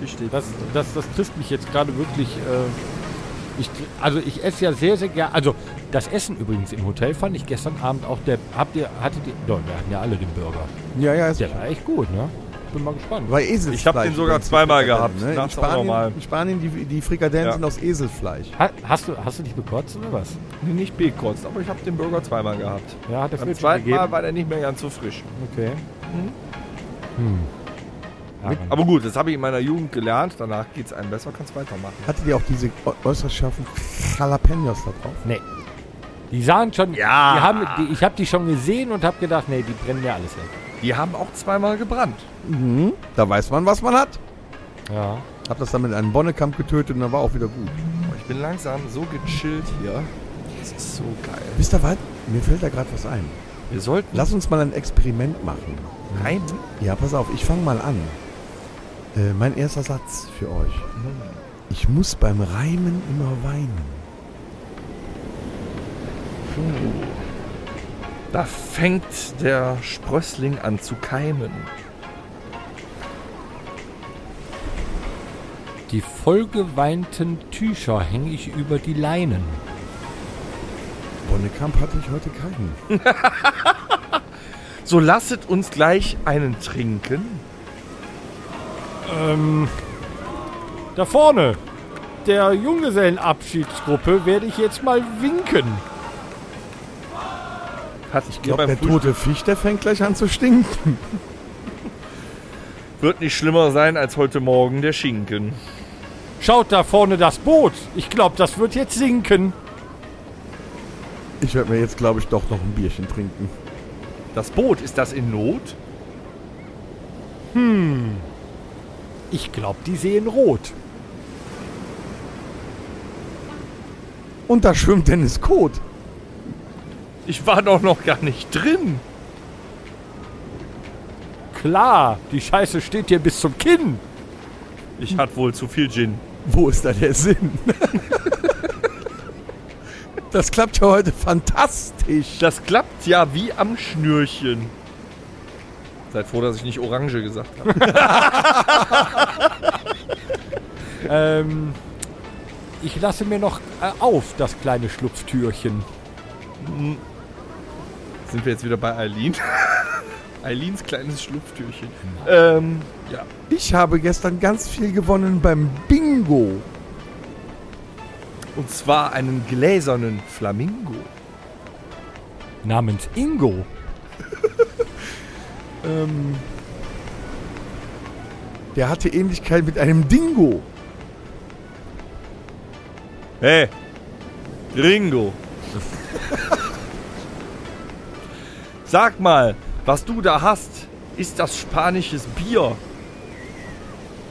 [SPEAKER 4] Fischstäbchen.
[SPEAKER 1] Das, das, das trifft mich jetzt gerade wirklich. Äh, ich, also ich esse ja sehr, sehr gerne. Also das Essen übrigens im Hotel fand ich gestern Abend auch der. Habt ihr, hattet ihr. Doch, wir hatten ja alle den Burger.
[SPEAKER 3] Ja, ja, ist
[SPEAKER 1] Der war echt gut, ne? Bin mal gespannt.
[SPEAKER 3] Weil Eselsfleisch.
[SPEAKER 4] Ich hab den sogar
[SPEAKER 3] übrigens, die
[SPEAKER 4] zweimal
[SPEAKER 3] Frikadellen,
[SPEAKER 4] gehabt.
[SPEAKER 3] Ne? In
[SPEAKER 4] Nachts auch nochmal.
[SPEAKER 3] Spanien, in Spanien die, die Frikadellen
[SPEAKER 4] Ja.
[SPEAKER 3] sind aus Eselfleisch.
[SPEAKER 1] Ha, hast, du, hast du dich bekotzt oder was?
[SPEAKER 4] Nee, nicht bekotzt, aber ich habe den Burger zweimal gehabt.
[SPEAKER 1] Ja, hat der
[SPEAKER 4] Beim
[SPEAKER 1] Fritz
[SPEAKER 4] zweiten Mal
[SPEAKER 1] gegeben.
[SPEAKER 4] war der nicht mehr ganz so frisch.
[SPEAKER 1] Okay. Hm. Ja, Ah, Mann.
[SPEAKER 4] Aber gut, das habe ich in meiner Jugend gelernt. Danach geht's einem besser, kannst weitermachen.
[SPEAKER 3] Hattet ihr auch diese äu- äußerst scharfen Jalapenos da drauf?
[SPEAKER 1] die sahen schon.
[SPEAKER 4] Ja.
[SPEAKER 1] Die haben, die, ich habe die schon gesehen und habe gedacht, nee, die brennen ja alles weg.
[SPEAKER 4] Die haben auch zweimal gebrannt.
[SPEAKER 3] Mhm. Da weiß man, was man hat.
[SPEAKER 1] Ja.
[SPEAKER 3] Hab das dann mit einem Bonnekamp getötet und dann war auch wieder gut.
[SPEAKER 4] Boah, Ich bin langsam so gechillt hier.
[SPEAKER 2] Das ist so geil.
[SPEAKER 3] Wisst ihr was? Mir fällt da gerade was ein.
[SPEAKER 2] Wir sollten
[SPEAKER 3] Lass uns mal ein Experiment machen.
[SPEAKER 2] rein.
[SPEAKER 3] Ja, pass auf, ich fange mal an. Äh, mein erster Satz für euch. Ich muss beim Reimen immer weinen.
[SPEAKER 2] Da fängt der Sprössling an zu keimen.
[SPEAKER 1] Die vollgeweinten Tücher hänge ich über die Leinen.
[SPEAKER 3] Bonnekamp hatte ich heute keinen.
[SPEAKER 2] So lasset uns gleich einen trinken.
[SPEAKER 1] Ähm, da vorne, der Junggesellenabschiedsgruppe, werde ich jetzt mal winken.
[SPEAKER 2] Hat ich
[SPEAKER 3] Ich glaube, der tote Fisch, der fängt gleich an zu stinken.
[SPEAKER 2] Wird nicht schlimmer sein als heute Morgen der Schinken.
[SPEAKER 1] Schaut da vorne das Boot. Ich glaube, das wird jetzt sinken.
[SPEAKER 3] Ich werde mir jetzt, glaube ich, doch noch ein Bierchen trinken.
[SPEAKER 2] Das Boot, ist das in Not?
[SPEAKER 1] Ich glaube, die sehen rot.
[SPEAKER 3] Und da schwimmt Dennis Kot.
[SPEAKER 2] Ich war doch noch gar nicht drin.
[SPEAKER 1] Klar, die Scheiße steht dir bis zum Kinn.
[SPEAKER 2] Ich hatte wohl zu viel Gin.
[SPEAKER 3] Wo ist da der Sinn? das klappt ja heute fantastisch.
[SPEAKER 2] Das klappt ja wie am Schnürchen. Seid froh, dass ich nicht Orange gesagt habe.
[SPEAKER 1] Ähm, ich lasse mir noch äh, auf das kleine Schlupftürchen.
[SPEAKER 2] Sind wir jetzt wieder bei Eileen? Eileens kleines Schlupftürchen. Ähm, ja.
[SPEAKER 3] Ich habe gestern ganz viel gewonnen beim Bingo.
[SPEAKER 2] Und zwar einen gläsernen Flamingo.
[SPEAKER 1] Namens Ingo.
[SPEAKER 3] Ähm, der hatte Ähnlichkeit mit einem Dingo.
[SPEAKER 2] Hey, Gringo. Sag mal, was du da hast, ist das spanisches Bier.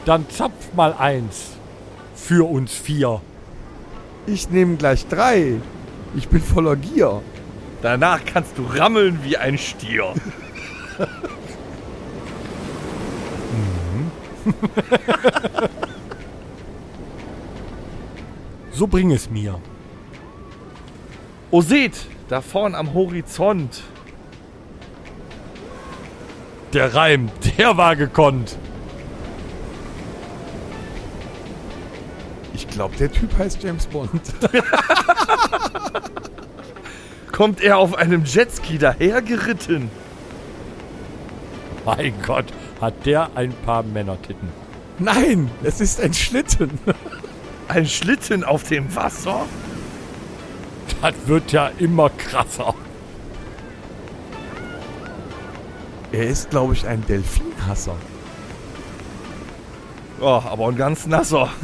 [SPEAKER 1] Dann zapf mal eins. Für uns vier.
[SPEAKER 3] Ich nehme gleich drei. Ich bin voller Gier.
[SPEAKER 2] Danach kannst du rammeln wie ein Stier.
[SPEAKER 1] So bring es mir.
[SPEAKER 2] Oh, seht, da vorn am Horizont.
[SPEAKER 1] Der Reim, der war gekonnt.
[SPEAKER 3] Ich glaube, der Typ heißt James Bond.
[SPEAKER 2] Kommt er auf einem Jetski dahergeritten?
[SPEAKER 1] Mein Gott, hat der ein paar Männertitten.
[SPEAKER 3] Nein, es ist ein Schlitten.
[SPEAKER 2] Ein Schlitten auf dem Wasser?
[SPEAKER 1] Das wird ja immer krasser.
[SPEAKER 3] Er ist, glaube ich, ein Delfinhasser.
[SPEAKER 2] Oh, aber ein ganz nasser.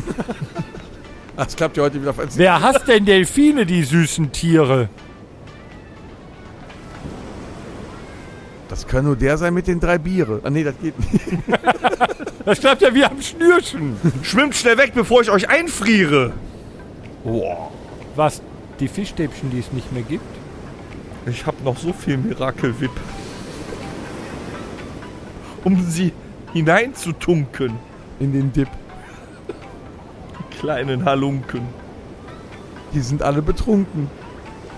[SPEAKER 3] Das klappt ja heute wieder auf ein
[SPEAKER 1] Wer hasst denn Delfine, die süßen Tiere?
[SPEAKER 3] Das kann nur der sein mit den drei Biere. Ah, nee, das geht nicht.
[SPEAKER 1] Das klappt ja wie am Schnürchen.
[SPEAKER 2] Schwimmt schnell weg, bevor ich euch einfriere.
[SPEAKER 1] Was, die Fischstäbchen, die es nicht mehr gibt?
[SPEAKER 2] Ich hab noch so viel Mirakel-Whip. Um sie hineinzutunken,
[SPEAKER 3] In den Dip.
[SPEAKER 2] die kleinen Halunken.
[SPEAKER 3] Die sind alle betrunken.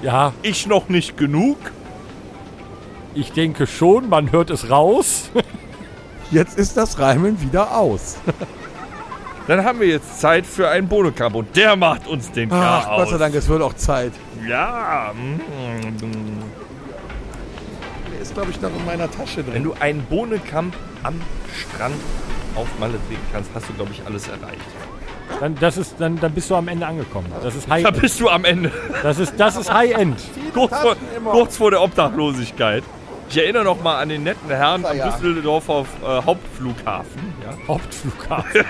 [SPEAKER 1] Ja,
[SPEAKER 2] Ich noch nicht genug?
[SPEAKER 1] ich denke schon, man hört es raus.
[SPEAKER 3] Jetzt ist das Reimen wieder aus.
[SPEAKER 2] Dann haben wir jetzt Zeit für einen Bonokamp und der macht uns den Chaos.
[SPEAKER 3] Ach, Gott sei Dank, es wird auch Zeit.
[SPEAKER 2] Ja. mm.
[SPEAKER 3] Der ist, glaube ich, noch in meiner Tasche
[SPEAKER 2] Wenn
[SPEAKER 3] drin.
[SPEAKER 2] du einen Bohnenkamp am Strand auf Malle trinken kannst, hast du, glaube ich, alles erreicht.
[SPEAKER 1] Dann, das ist, dann, dann bist du am Ende angekommen. Das ist
[SPEAKER 2] Da
[SPEAKER 1] High-End.
[SPEAKER 2] bist du am Ende.
[SPEAKER 1] Das ist, das ist High-End.
[SPEAKER 2] kurz, vor, kurz vor der Obdachlosigkeit. Ich erinnere noch mal an den netten Herrn am Düsseldorfer äh, Hauptflughafen. Ja.
[SPEAKER 1] Hauptflughafen.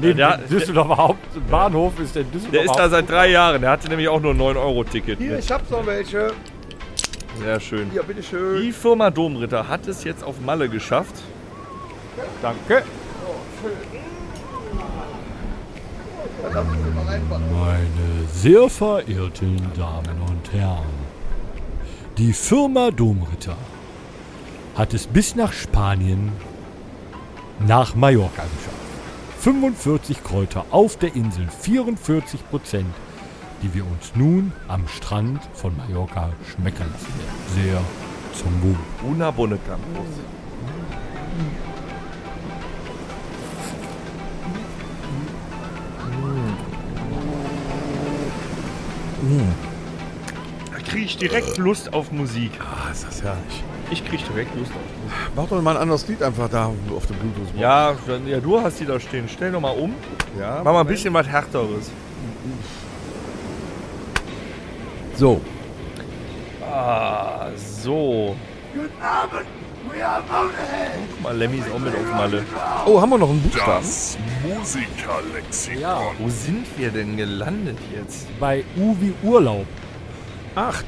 [SPEAKER 1] Neben
[SPEAKER 2] Ja,
[SPEAKER 1] dem Düsseldorfer Hauptbahnhof ist der Düsseldorfer
[SPEAKER 2] Der ist da
[SPEAKER 1] Haupt-
[SPEAKER 2] seit drei Jahren. Der hatte nämlich auch nur ein 9-Euro-Ticket.
[SPEAKER 8] Hier,
[SPEAKER 2] mit.
[SPEAKER 8] ich hab noch welche.
[SPEAKER 2] Sehr schön.
[SPEAKER 8] Hier, bitteschön.
[SPEAKER 2] Die Firma Domritter hat es jetzt auf Malle geschafft.
[SPEAKER 1] Danke.
[SPEAKER 9] Meine sehr verehrten Damen und Herren, die Firma Domritter hat es bis nach Spanien, nach Mallorca geschafft. 45 Kräuter auf der Insel, 44 Prozent, die wir uns nun am Strand von Mallorca schmecken lassen werden. Sehr zum Wohl.
[SPEAKER 2] Una Bonnekamp. Da kriege ich direkt Lust auf Musik.
[SPEAKER 3] Ah, ist das herrlich.
[SPEAKER 2] Ich kriege direkt Lust auf Musik.
[SPEAKER 3] Mach doch mal ein anderes Lied einfach da auf dem Bluetooth.
[SPEAKER 2] Ja, dann- ja du hast die da stehen. Stell doch mal um.
[SPEAKER 3] ja.
[SPEAKER 2] Mach mal ein bisschen was Härteres.
[SPEAKER 3] So.
[SPEAKER 2] Ah, so. Guten Abend. We are Motorhead. Guck mal, Lemmy ist auch mit auf Malle.
[SPEAKER 3] Oh, haben wir noch einen Buchstaben?
[SPEAKER 1] Ja,
[SPEAKER 2] Wo sind wir denn gelandet jetzt?
[SPEAKER 1] bei U wie Urlaub.
[SPEAKER 2] Ach,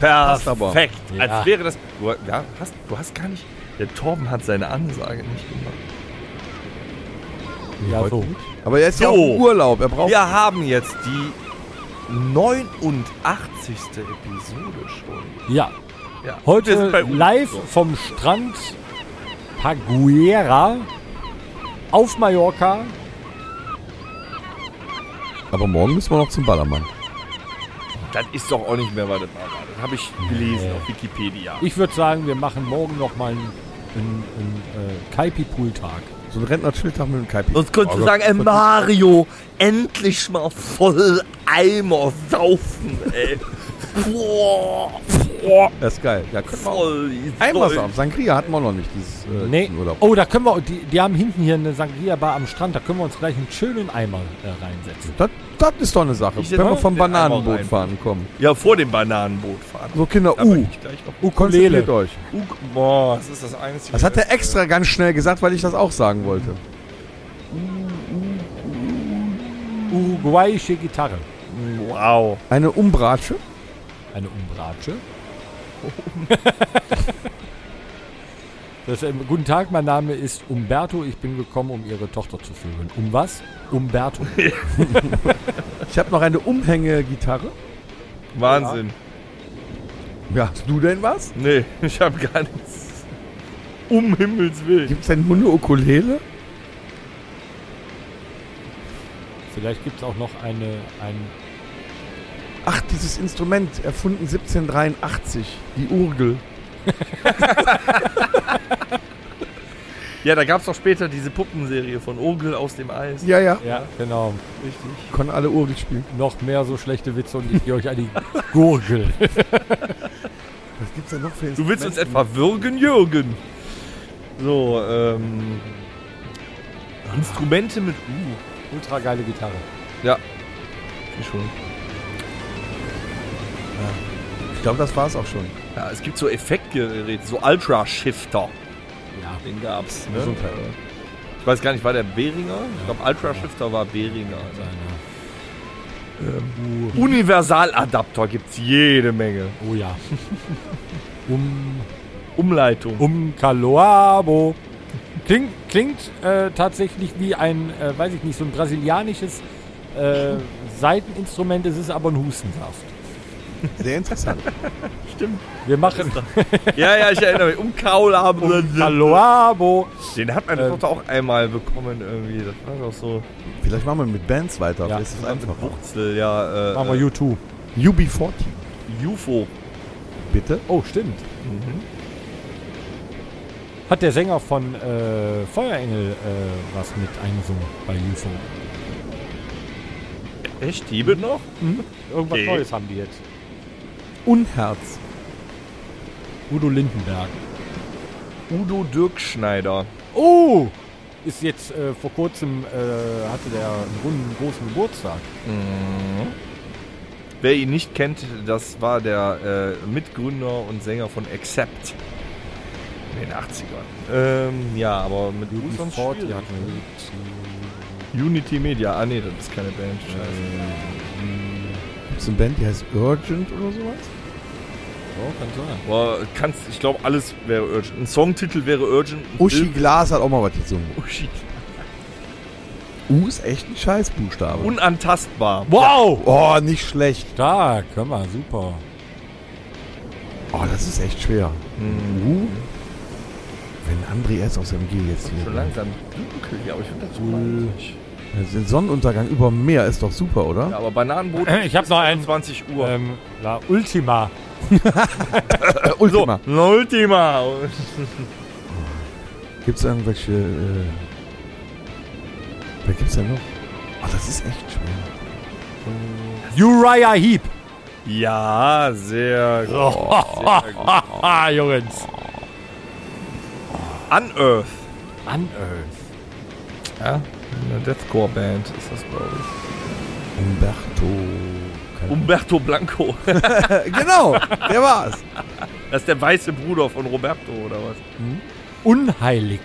[SPEAKER 3] aber.
[SPEAKER 2] perfekt.
[SPEAKER 1] Ja.
[SPEAKER 2] Als wäre das. Du, ja, hast, du hast gar nicht. Der Torben hat seine Ansage nicht gemacht.
[SPEAKER 1] Ja, so.
[SPEAKER 3] Aber er ist ja
[SPEAKER 2] So.
[SPEAKER 3] auch im Urlaub. Er braucht.
[SPEAKER 2] Wir haben jetzt die 89. Episode
[SPEAKER 1] Ja,
[SPEAKER 2] schon. Ja. Wir
[SPEAKER 1] heute
[SPEAKER 2] sind bei U-
[SPEAKER 1] live vom Strand Paguera auf Mallorca.
[SPEAKER 3] Aber morgen müssen wir noch zum Ballermann.
[SPEAKER 2] Das ist doch auch nicht mehr, was das war. Das habe ich gelesen auf Wikipedia.
[SPEAKER 1] Ich würde sagen, wir machen morgen nochmal einen, einen, einen äh, Kaipi-Pool-Tag.
[SPEAKER 3] So ein Rentnerschildtag mit einem Kaipi.
[SPEAKER 2] Sonst könntest du
[SPEAKER 3] Oh
[SPEAKER 2] sagen,
[SPEAKER 3] Gott.
[SPEAKER 2] ey Mario, endlich mal voll Eimer saufen, ey. Boah, boah,
[SPEAKER 3] Das ist geil. Ja, können wir auch.
[SPEAKER 2] voll.
[SPEAKER 3] Einmal sagen. Sangria hatten wir noch nicht dieses äh,
[SPEAKER 1] Nee.
[SPEAKER 3] diesen Urlaub.
[SPEAKER 1] Oh, da können wir, die, die haben hinten hier eine Sangria-Bar am Strand, da können wir uns gleich einen schönen Eimer äh, reinsetzen.
[SPEAKER 3] Das, das ist doch eine Sache.
[SPEAKER 2] Ich
[SPEAKER 3] Wenn
[SPEAKER 2] setz
[SPEAKER 3] wir
[SPEAKER 2] auch
[SPEAKER 3] vom
[SPEAKER 2] den Eimer
[SPEAKER 3] Bananenboot
[SPEAKER 2] rein.
[SPEAKER 3] fahren, kommen.
[SPEAKER 2] Ja, vor dem Bananenboot fahren.
[SPEAKER 3] So Kinder,
[SPEAKER 2] Da
[SPEAKER 3] uh,
[SPEAKER 2] bin ich gleich noch.
[SPEAKER 3] konzentriert euch.
[SPEAKER 2] Uh, boah, das ist das Einzige.
[SPEAKER 3] Das hat er extra ganz schnell gesagt, weil ich das auch sagen wollte.
[SPEAKER 1] Uruguayische Gitarre.
[SPEAKER 2] Wow.
[SPEAKER 3] Eine Umbratsche.
[SPEAKER 1] Eine Umbratsche. das, ähm, guten Tag, mein Name ist Umberto. Ich bin gekommen, um Ihre Tochter zu vögeln. Um was? Umberto.
[SPEAKER 3] Ich habe noch eine Umhängegitarre.
[SPEAKER 2] Wahnsinn.
[SPEAKER 3] Ja, hast du denn was?
[SPEAKER 2] Nee, ich habe gar nichts. Um Himmels Willen.
[SPEAKER 3] Gibt es denn nur eine Ukulele?
[SPEAKER 1] Vielleicht gibt es auch noch eine, ein,
[SPEAKER 3] Ach, dieses Instrument, erfunden 1783. Die Urgel.
[SPEAKER 2] Ja, da gab's doch später diese Puppenserie von Orgel aus dem Eis.
[SPEAKER 3] Ja, ja.
[SPEAKER 1] ja, genau,
[SPEAKER 2] Richtig.
[SPEAKER 3] Können alle Urgel spielen.
[SPEAKER 1] noch mehr so schlechte Witze und ich gehe euch an die Gurgel.
[SPEAKER 3] Was gibt's denn noch für
[SPEAKER 2] Du willst uns etwa würgen, Jürgen? So, ähm. Instrumente mit U.
[SPEAKER 1] Ultra geile Gitarre.
[SPEAKER 2] Schon.
[SPEAKER 3] Ich glaube, das war's auch schon.
[SPEAKER 2] Ja, es gibt so Effektgeräte, so Ultra-Shifter.
[SPEAKER 1] Ja.
[SPEAKER 2] Den gab's, ne?
[SPEAKER 3] Gesundheit, oder?
[SPEAKER 2] Ich weiß gar nicht, war der Behringer? Ich glaube, Ultra-Shifter war Behringer. Ähm, Universaladapter gibt's jede Menge.
[SPEAKER 1] Oh ja. Um,
[SPEAKER 2] Umleitung.
[SPEAKER 1] um Caloabo. Klingt, klingt äh, tatsächlich wie ein, äh, weiß ich nicht, so ein brasilianisches äh, Seiteninstrument. Es ist aber ein Hustensaft.
[SPEAKER 3] Sehr interessant.
[SPEAKER 1] Wir machen
[SPEAKER 2] ja, ja, ich erinnere mich. Um Umkaulaben.
[SPEAKER 1] Caloabo.
[SPEAKER 2] Den hat meine
[SPEAKER 1] Ähm.
[SPEAKER 2] Tochter auch einmal bekommen irgendwie. Das war doch so.
[SPEAKER 3] Vielleicht machen wir mit Bands weiter.
[SPEAKER 1] Ja.
[SPEAKER 3] Ist es einfacher.
[SPEAKER 2] Wurzel, ja. Äh,
[SPEAKER 1] Machen wir U2.
[SPEAKER 3] UB40.
[SPEAKER 2] äh, Mhm. UFO.
[SPEAKER 3] Bitte?
[SPEAKER 1] Oh, stimmt. Hat der Sänger von äh, Feuerengel äh, was mit eingesungen bei UFO?
[SPEAKER 2] Echt? Hebet noch?
[SPEAKER 1] Irgendwas
[SPEAKER 2] Nee.
[SPEAKER 1] Neues haben die jetzt.
[SPEAKER 3] Unherz.
[SPEAKER 1] Udo Lindenberg.
[SPEAKER 2] Udo Dirk Schneider.
[SPEAKER 1] Oh! Ist jetzt äh, vor kurzem, äh, hatte der einen runden, großen Geburtstag. Mhm.
[SPEAKER 2] Wer ihn nicht kennt, das war der äh, Mitgründer und Sänger von Accept. In den 80ern. Ähm, ja, aber mit U ist sonst
[SPEAKER 1] Ford, die
[SPEAKER 2] schwierig.
[SPEAKER 1] hatten wir.
[SPEAKER 2] Unity Media. Ah, nee, das ist keine Band. Scheiße.
[SPEAKER 3] Gibt's eine Band, die heißt Urgent oder sowas?
[SPEAKER 1] Oh, kann sein.
[SPEAKER 2] Boah, kannst, ich glaube, alles wäre urgent. Ein Songtitel wäre urgent. ein
[SPEAKER 3] Uschi
[SPEAKER 2] Film-
[SPEAKER 3] Glas hat auch mal was gesungen.
[SPEAKER 2] Uschi.
[SPEAKER 3] U ist echt ein Scheißbuchstabe.
[SPEAKER 2] Unantastbar.
[SPEAKER 1] Wow!
[SPEAKER 3] oh, nicht schlecht.
[SPEAKER 1] Stark, hör mal, super.
[SPEAKER 3] Oh, das ist echt schwer.
[SPEAKER 2] Hm.
[SPEAKER 3] U. Wenn André S. aus MG jetzt hier.
[SPEAKER 2] Schon langsam dunkel hier, aber ich finde das super.
[SPEAKER 3] Also den Sonnenuntergang über dem Meer ist doch super, oder?
[SPEAKER 2] Ja, aber Bananenbrot
[SPEAKER 1] Ich hab noch einen.
[SPEAKER 2] 20 Uhr.
[SPEAKER 1] Äh. Ähm, La Ultima.
[SPEAKER 3] Äh, Ultima.
[SPEAKER 2] Na, Ultima.
[SPEAKER 3] Gibt es irgendwelche. Äh, wer gibt's denn noch? Oh, das ist echt schwer.
[SPEAKER 1] Uriah Heep.
[SPEAKER 2] Ja, sehr gut. Sehr gut.
[SPEAKER 1] Haha, Jungs.
[SPEAKER 2] Unearth.
[SPEAKER 1] Unearth.
[SPEAKER 2] Ja, eine Deathcore-Band ist das, glaube
[SPEAKER 3] Umberto.
[SPEAKER 2] ich. Umberto Blanco.
[SPEAKER 3] genau, der war's.
[SPEAKER 2] Das ist der weiße Bruder von Roberto, oder was? Mhm.
[SPEAKER 1] Unheilig.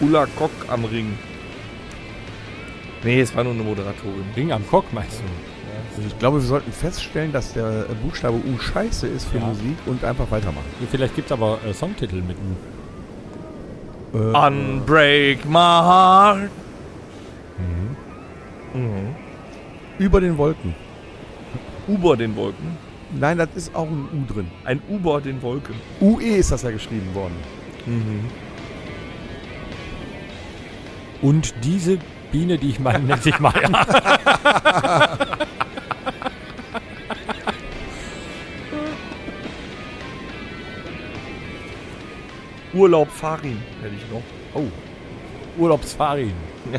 [SPEAKER 2] Ulla Kock am Ring. Nee, es war nur eine Moderatorin.
[SPEAKER 1] Ring am Kock, meinst du?
[SPEAKER 3] Also ich glaube, wir sollten feststellen, dass der äh, Buchstabe U scheiße ist für
[SPEAKER 1] Ja.
[SPEAKER 3] Musik und einfach weitermachen.
[SPEAKER 1] Vielleicht gibt's aber äh, Songtitel mit U.
[SPEAKER 3] Äh,
[SPEAKER 2] Unbreak my heart.
[SPEAKER 3] Über den Wolken.
[SPEAKER 2] Über den Wolken.
[SPEAKER 3] Nein, das ist auch ein U drin.
[SPEAKER 2] Ein Über den Wolken.
[SPEAKER 3] UE ist das ja geschrieben worden.
[SPEAKER 1] Und diese Biene, die ich meine, nennt sich Maya.
[SPEAKER 2] Urlaub Farin hätte ich noch.
[SPEAKER 1] Urlaubsfarin.
[SPEAKER 2] Ja.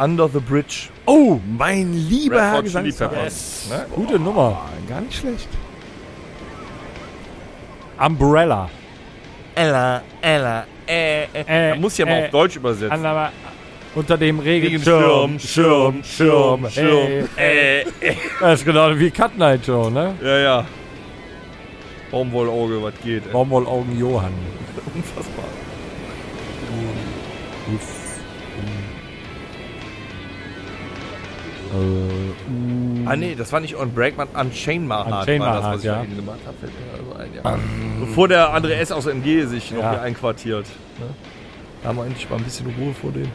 [SPEAKER 2] Under the Bridge.
[SPEAKER 3] Oh, mein lieber
[SPEAKER 2] Red
[SPEAKER 3] Herr
[SPEAKER 2] Hot Chili
[SPEAKER 3] Gesangslehrer.
[SPEAKER 2] Peppers. Yes. Ne?
[SPEAKER 1] Gute Nummer.
[SPEAKER 3] Gar nicht schlecht.
[SPEAKER 1] Umbrella.
[SPEAKER 2] Ella, Ella, äh, äh.
[SPEAKER 1] Äh,
[SPEAKER 2] Man muss ja mal
[SPEAKER 1] äh,
[SPEAKER 2] auf Deutsch übersetzen.
[SPEAKER 1] Anderer- Unter dem Regenschirm,
[SPEAKER 2] Regenschirm, Schirm, Schirm, Schirm. Äh, äh.
[SPEAKER 1] Das ist genau wie Cut Night Show, ne?
[SPEAKER 2] Ja, ja. Baumwollauge, was geht, ey.
[SPEAKER 1] Baumwollaugen Johann.
[SPEAKER 2] Unfassbar.
[SPEAKER 1] Äh, Äh,
[SPEAKER 2] Ah, nee, das war nicht On Break, man Unchain My Heart
[SPEAKER 1] Unchain
[SPEAKER 2] war
[SPEAKER 1] My Heart,
[SPEAKER 2] das, was ich
[SPEAKER 1] ja. Ähm,
[SPEAKER 2] ja. eben gemacht habe. Fällt mir also ein, ja. Bevor der andere S aus MG sich noch
[SPEAKER 1] Ja.
[SPEAKER 2] hier einquartiert. Ne? Da haben wir endlich mal ein bisschen Ruhe vor dem.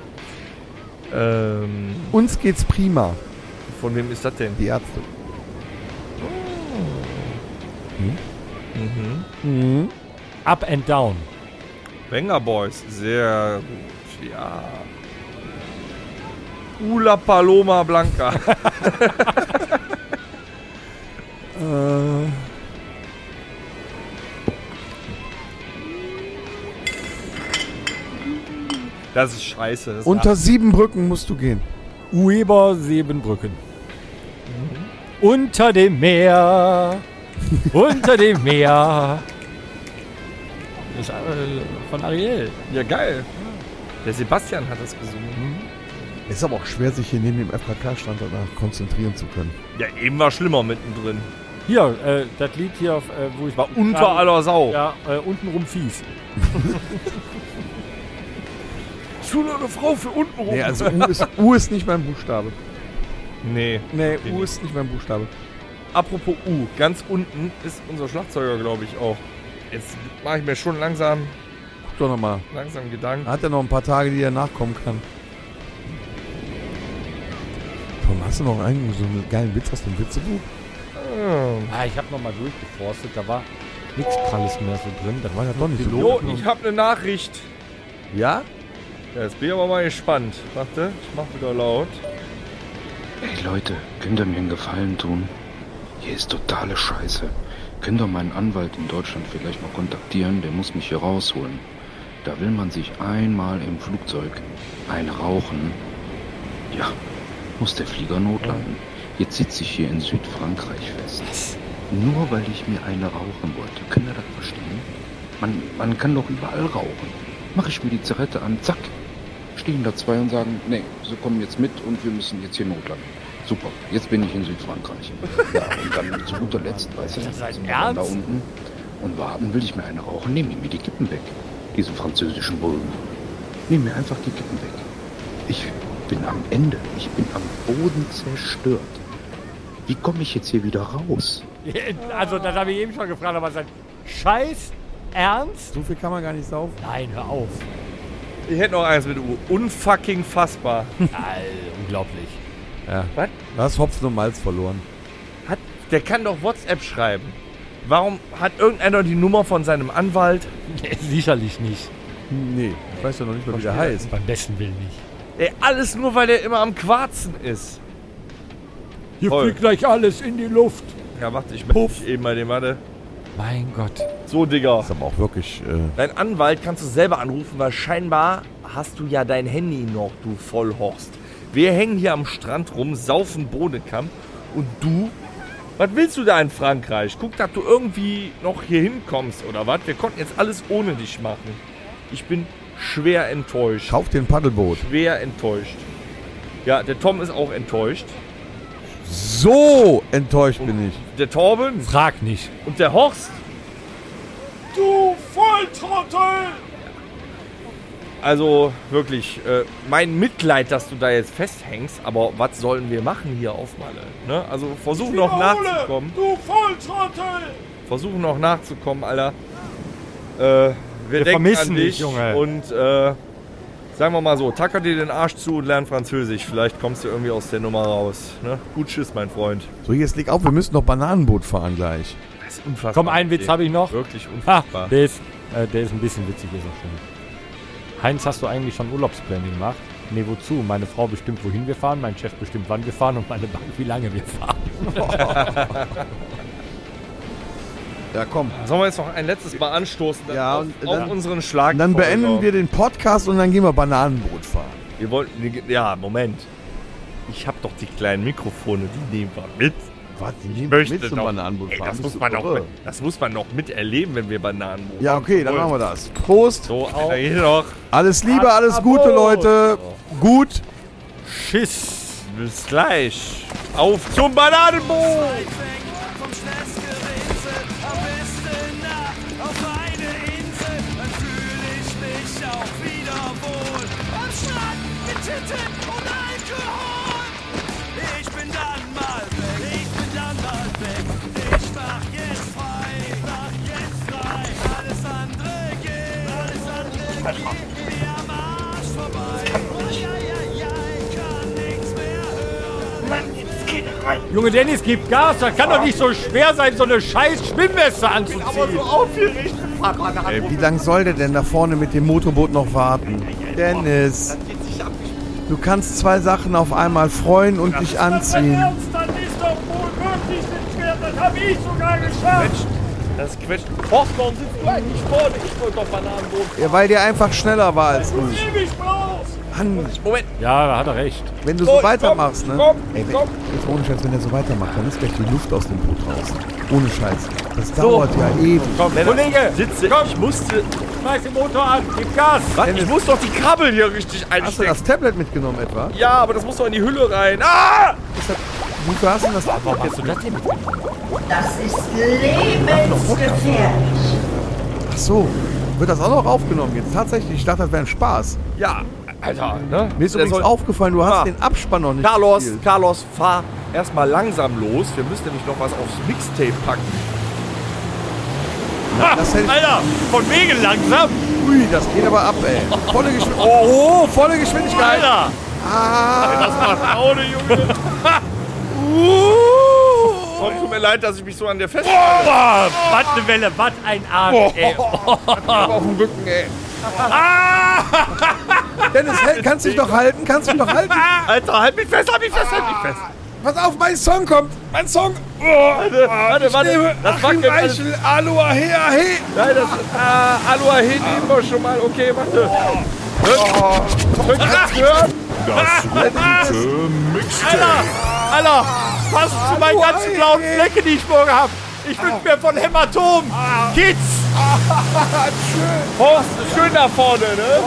[SPEAKER 2] Ähm,
[SPEAKER 3] Uns geht's prima,
[SPEAKER 2] von wem ist das denn?
[SPEAKER 3] die Ärzte.
[SPEAKER 2] Mhm.
[SPEAKER 1] Up and Down.
[SPEAKER 2] Banger Boys, sehr gut, ja. Ula Paloma Blanca. Äh. Das ist scheiße. Das
[SPEAKER 3] Unter sieben Brücken musst du gehen.
[SPEAKER 1] Ueber Siebenbrücken. Unter dem Meer. Unter dem Meer. Das ist äh, von Ariel.
[SPEAKER 2] ja geil. Der Sebastian hat das gesungen.
[SPEAKER 3] Es ist aber auch schwer, sich hier neben dem FKK-Stand danach konzentrieren zu können.
[SPEAKER 2] Ja, eben war schlimmer mittendrin.
[SPEAKER 1] Hier, äh, das Lied hier, auf, äh, wo ich
[SPEAKER 2] War unter aller Sau.
[SPEAKER 1] Ja, äh, untenrum fies.
[SPEAKER 2] Schule oder Frau für untenrum.
[SPEAKER 3] Nee, also U ist, U ist nicht mein Buchstabe.
[SPEAKER 2] nee.
[SPEAKER 3] Nee,
[SPEAKER 2] Okay,
[SPEAKER 3] U
[SPEAKER 2] nicht.
[SPEAKER 3] ist nicht mein Buchstabe.
[SPEAKER 2] Apropos U, ganz unten ist unser Schlagzeuger, glaube ich, auch. Jetzt mache ich mir schon langsam,
[SPEAKER 3] Guck doch nochmal.
[SPEAKER 2] langsam Gedanken.
[SPEAKER 3] Hat er noch ein paar Tage, die er nachkommen kann. Tom, hast du noch einen so einen geilen Witz aus dem Witzebuch?
[SPEAKER 2] Ähm,
[SPEAKER 1] Ah, ich habe nochmal durchgeforstet, da war nichts Pralles mehr so drin. Da
[SPEAKER 3] War
[SPEAKER 1] war
[SPEAKER 3] ja doch nicht so
[SPEAKER 2] Jo,
[SPEAKER 3] gut.
[SPEAKER 2] ich habe eine Nachricht.
[SPEAKER 3] Ja?
[SPEAKER 2] Ja, jetzt bin ich aber mal gespannt. Warte, ich mach wieder laut.
[SPEAKER 10] Ey Leute, könnt ihr mir einen Gefallen tun? Hier ist totale Scheiße. Könnt ihr meinen Anwalt in Deutschland vielleicht mal kontaktieren? Der muss mich hier rausholen. Da will man sich einmal im Flugzeug einrauchen. Ja, muss der Flieger notlanden. Jetzt sitze ich hier in Südfrankreich fest. Nur weil ich mir eine rauchen wollte. Könnt ihr das verstehen? Man, man kann doch überall rauchen. Mache ich mir die Zigarette an, zack, stehen da zwei und sagen, nee, sie kommen jetzt mit und wir müssen jetzt hier notlanden. Super, jetzt bin ich in Südfrankreich. Ja, und dann zu guter Letzt, weißt du, sind wir dann da unten und warten, will ich mir eine rauchen, nehme mir die Kippen weg. Diese französischen Bullen. Nehmen mir einfach die Kippen weg. Ich bin am Ende, ich bin am Boden zerstört. Wie komme ich jetzt hier wieder raus?
[SPEAKER 11] Also, das habe ich eben schon gefragt, aber sein Scheiß Ernst?
[SPEAKER 3] So viel kann man gar nicht saufen.
[SPEAKER 11] Nein, hör auf.
[SPEAKER 2] Ich hätte noch eins mit U. Unfucking fassbar.
[SPEAKER 11] Unglaublich.
[SPEAKER 3] Da hast Hopfen und Malz verloren.
[SPEAKER 2] Hat, der kann doch WhatsApp schreiben. Warum hat irgendeiner die Nummer von seinem Anwalt?
[SPEAKER 11] Sicherlich nicht.
[SPEAKER 3] Nee, ich weiß ja noch nicht mal, wie der heißt.
[SPEAKER 11] Beim besten Willen nicht.
[SPEAKER 2] Ey, alles nur, weil der immer am Quarzen ist.
[SPEAKER 11] Hier
[SPEAKER 2] Toll.
[SPEAKER 11] fliegt gleich alles in die Luft.
[SPEAKER 2] Ja, warte, ich melde mich eben bei dem, warte.
[SPEAKER 11] Mein Gott.
[SPEAKER 2] So, Digga.
[SPEAKER 3] Ist aber auch wirklich. Äh,
[SPEAKER 2] Dein Anwalt kannst du selber anrufen, weil scheinbar hast du ja dein Handy noch, du Vollhorst. Wir hängen hier am Strand rum, saufen Bohnenkamm und du? Was willst du da in Frankreich? Guck, dass du irgendwie noch hier hinkommst oder was? Wir konnten jetzt alles ohne dich machen. Ich bin schwer enttäuscht.
[SPEAKER 3] kauf dir ein Paddelboot.
[SPEAKER 2] Schwer enttäuscht. Ja, der Tom ist auch enttäuscht.
[SPEAKER 3] So enttäuscht bin ich.
[SPEAKER 2] Der Torben
[SPEAKER 11] Frag nicht.
[SPEAKER 2] und der Horst.
[SPEAKER 1] Du Volltrottel!
[SPEAKER 2] Also wirklich, äh, mein Mitleid, dass du da jetzt festhängst, aber was sollen wir machen hier auf Malle? Ne? Also versuch noch
[SPEAKER 1] Wiederhole,
[SPEAKER 2] nachzukommen.
[SPEAKER 1] Du Volltrottel!
[SPEAKER 2] Versuch noch nachzukommen, Alter. Äh, wir, denken
[SPEAKER 11] vermissen
[SPEAKER 2] an
[SPEAKER 11] dich,
[SPEAKER 2] dich,
[SPEAKER 11] Junge.
[SPEAKER 2] Und äh, sagen wir mal so, tacker dir den Arsch zu und lern Französisch. Vielleicht kommst du irgendwie aus der Nummer raus. Ne? Gut Schiss, mein Freund.
[SPEAKER 3] So, jetzt leg auf, wir müssen noch Bananenboot fahren gleich.
[SPEAKER 2] Das ist unfassbar.
[SPEAKER 11] Komm, einen Witz habe ich noch.
[SPEAKER 2] Wirklich
[SPEAKER 11] Ha,
[SPEAKER 2] unfassbar.
[SPEAKER 11] der ist, äh, der ist ein bisschen witzig, ist auch schon. Heinz, hast du eigentlich schon Urlaubspläne gemacht? Nee, wozu? Meine Frau bestimmt, wohin wir fahren, mein Chef bestimmt, wann wir fahren und meine Bank, wie lange wir fahren.
[SPEAKER 3] Ja, komm.
[SPEAKER 2] Sollen wir jetzt noch ein letztes Mal anstoßen? dann
[SPEAKER 3] Ja,
[SPEAKER 2] auf,
[SPEAKER 3] und
[SPEAKER 2] auf
[SPEAKER 3] dann-
[SPEAKER 2] unseren Schlag. genau.
[SPEAKER 3] Und dann beenden wir den Podcast und dann gehen wir Bananenboot fahren.
[SPEAKER 2] Wir wollten. Ja, Moment. Ich habe doch die kleinen Mikrofone, die nehmen wir mit.
[SPEAKER 3] Was? Ich
[SPEAKER 2] möchte
[SPEAKER 3] mit zum
[SPEAKER 2] doch-
[SPEAKER 3] Bananenboot
[SPEAKER 2] Ey,
[SPEAKER 3] fahren.
[SPEAKER 2] das,
[SPEAKER 3] Bist
[SPEAKER 2] muss
[SPEAKER 3] du
[SPEAKER 2] man doch
[SPEAKER 3] irre?
[SPEAKER 2] mit, das muss man noch miterleben, wenn wir Bananen holen.
[SPEAKER 3] Ja, okay, dann machen wir das. Prost.
[SPEAKER 2] So, Alter, hier doch.
[SPEAKER 3] Alles Liebe, alles Gute, Leute. Gut.
[SPEAKER 2] Schiss. Bis gleich. Auf zum Bananenboot.
[SPEAKER 11] Junge Dennis, gib Gas, das kann doch nicht so schwer sein, so eine scheiß Schwimmweste anzuziehen.
[SPEAKER 3] Ey, wie lang soll der denn da vorne mit dem Motorboot noch warten? Dennis, du kannst zwei Sachen auf einmal freuen und dich anziehen.
[SPEAKER 1] Ernst, das ist doch wohl wirklich nicht schwer. Das habe ich sogar geschafft.
[SPEAKER 2] Das quetscht. Horst, warum sitzt du eigentlich vorne? Ich wollte doch Bananenboot.
[SPEAKER 3] Ja, weil der einfach schneller war als du.
[SPEAKER 1] Ewig brauchst.
[SPEAKER 3] Mann,
[SPEAKER 2] Moment.
[SPEAKER 11] Ja, da hat er recht.
[SPEAKER 3] wenn du so
[SPEAKER 2] Komm,
[SPEAKER 3] weitermachst, ne?
[SPEAKER 2] komm,
[SPEAKER 3] Ey, wenn,
[SPEAKER 2] komm.
[SPEAKER 3] jetzt ohne Scheiß, wenn der so weitermacht, dann ist gleich die Luft aus dem Boot raus. Ohne Scheiß. Das dauert ja ewig.
[SPEAKER 2] Komm, Lennart,
[SPEAKER 11] Kollege,
[SPEAKER 2] Sitze. um. Ich musste.
[SPEAKER 11] Schmeiß den Motor an, gib Gas.
[SPEAKER 2] Was? Ich muss doch die Kabel hier richtig
[SPEAKER 3] Hast du
[SPEAKER 2] einstecken.
[SPEAKER 3] das Tablet mitgenommen etwa?
[SPEAKER 2] Ja, aber das muss doch in die Hülle rein. Ah!
[SPEAKER 3] Wieso hast du denn das Tablet?
[SPEAKER 12] Das ist lebensgefährlich.
[SPEAKER 3] Ach so. Wird das auch noch aufgenommen jetzt? Tatsächlich, ich dachte, das wäre ein Spaß.
[SPEAKER 2] Ja, Alter, ne?
[SPEAKER 3] Mir ist
[SPEAKER 2] Der
[SPEAKER 3] übrigens
[SPEAKER 2] soll-
[SPEAKER 3] aufgefallen, du hast
[SPEAKER 2] Ah.
[SPEAKER 3] den Abspann noch nicht
[SPEAKER 2] Carlos,
[SPEAKER 3] gespielt.
[SPEAKER 2] Carlos, fahr erstmal langsam los. Wir müssen nämlich noch was aufs Mixtape packen.
[SPEAKER 3] Das hätte ich
[SPEAKER 11] Alter, von wegen langsam.
[SPEAKER 3] Ui, das geht aber ab, ey. Volle Geschwindigkeit. Oh, oh, volle Geschwindigkeit.
[SPEAKER 11] Alter.
[SPEAKER 3] Ah,
[SPEAKER 11] Uh.
[SPEAKER 2] Oh, tut mir leid, dass ich mich so an der fest.
[SPEAKER 11] Boah, was eine Welle, was ein Arsch, ey.
[SPEAKER 3] auf dem Rücken, ey. Dennis, hält- kannst du dich doch halten? Kannst du dich doch halten?
[SPEAKER 2] Alter, halt mich fest, halt mich fest, halt mich fest.
[SPEAKER 3] Pass auf, mein Song kommt. Mein Song.
[SPEAKER 2] Warte, warte, warte. Das
[SPEAKER 3] Achim
[SPEAKER 2] wackelt alles.
[SPEAKER 3] Reichel, Ah, Aloha, he, ahe.
[SPEAKER 2] Nein, das ist. Ah, Aloha hin nehmen wir schon mal. Okay, warte. Hört- Hört- hört-
[SPEAKER 11] Alter, Alter, was zu meinen ganzen
[SPEAKER 3] ey,
[SPEAKER 11] blauen
[SPEAKER 3] ey.
[SPEAKER 11] Flecken, die ich morgen habe. Ich wünsche mir von Hämatom Kids.
[SPEAKER 2] Horst ist schön da vorne, ne?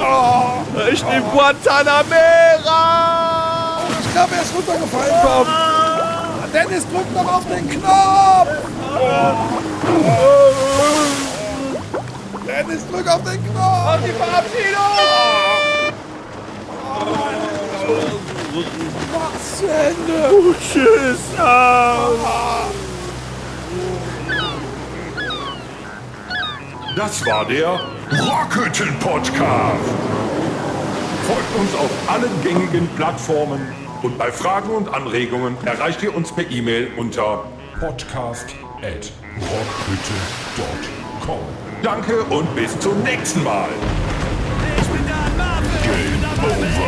[SPEAKER 2] Oh, Ich nehm Guantanamera.
[SPEAKER 3] Ich glaube, er ist runtergefallen.
[SPEAKER 2] Ah.
[SPEAKER 3] Komm. Dennis, drück doch auf den Knopf.
[SPEAKER 2] Ah.
[SPEAKER 3] Dennis, drück auf den Knopf.
[SPEAKER 2] Die Verabschiedung.
[SPEAKER 13] Rücken.
[SPEAKER 14] Mach's Ende. Oh, tschüss. Ah.
[SPEAKER 4] Das war der Rockhütten Podcast. Folgt uns auf allen gängigen Plattformen und bei Fragen und Anregungen erreicht ihr uns per E-Mail unter podcast@rockhütte.com. Danke und bis zum nächsten Mal. Game over.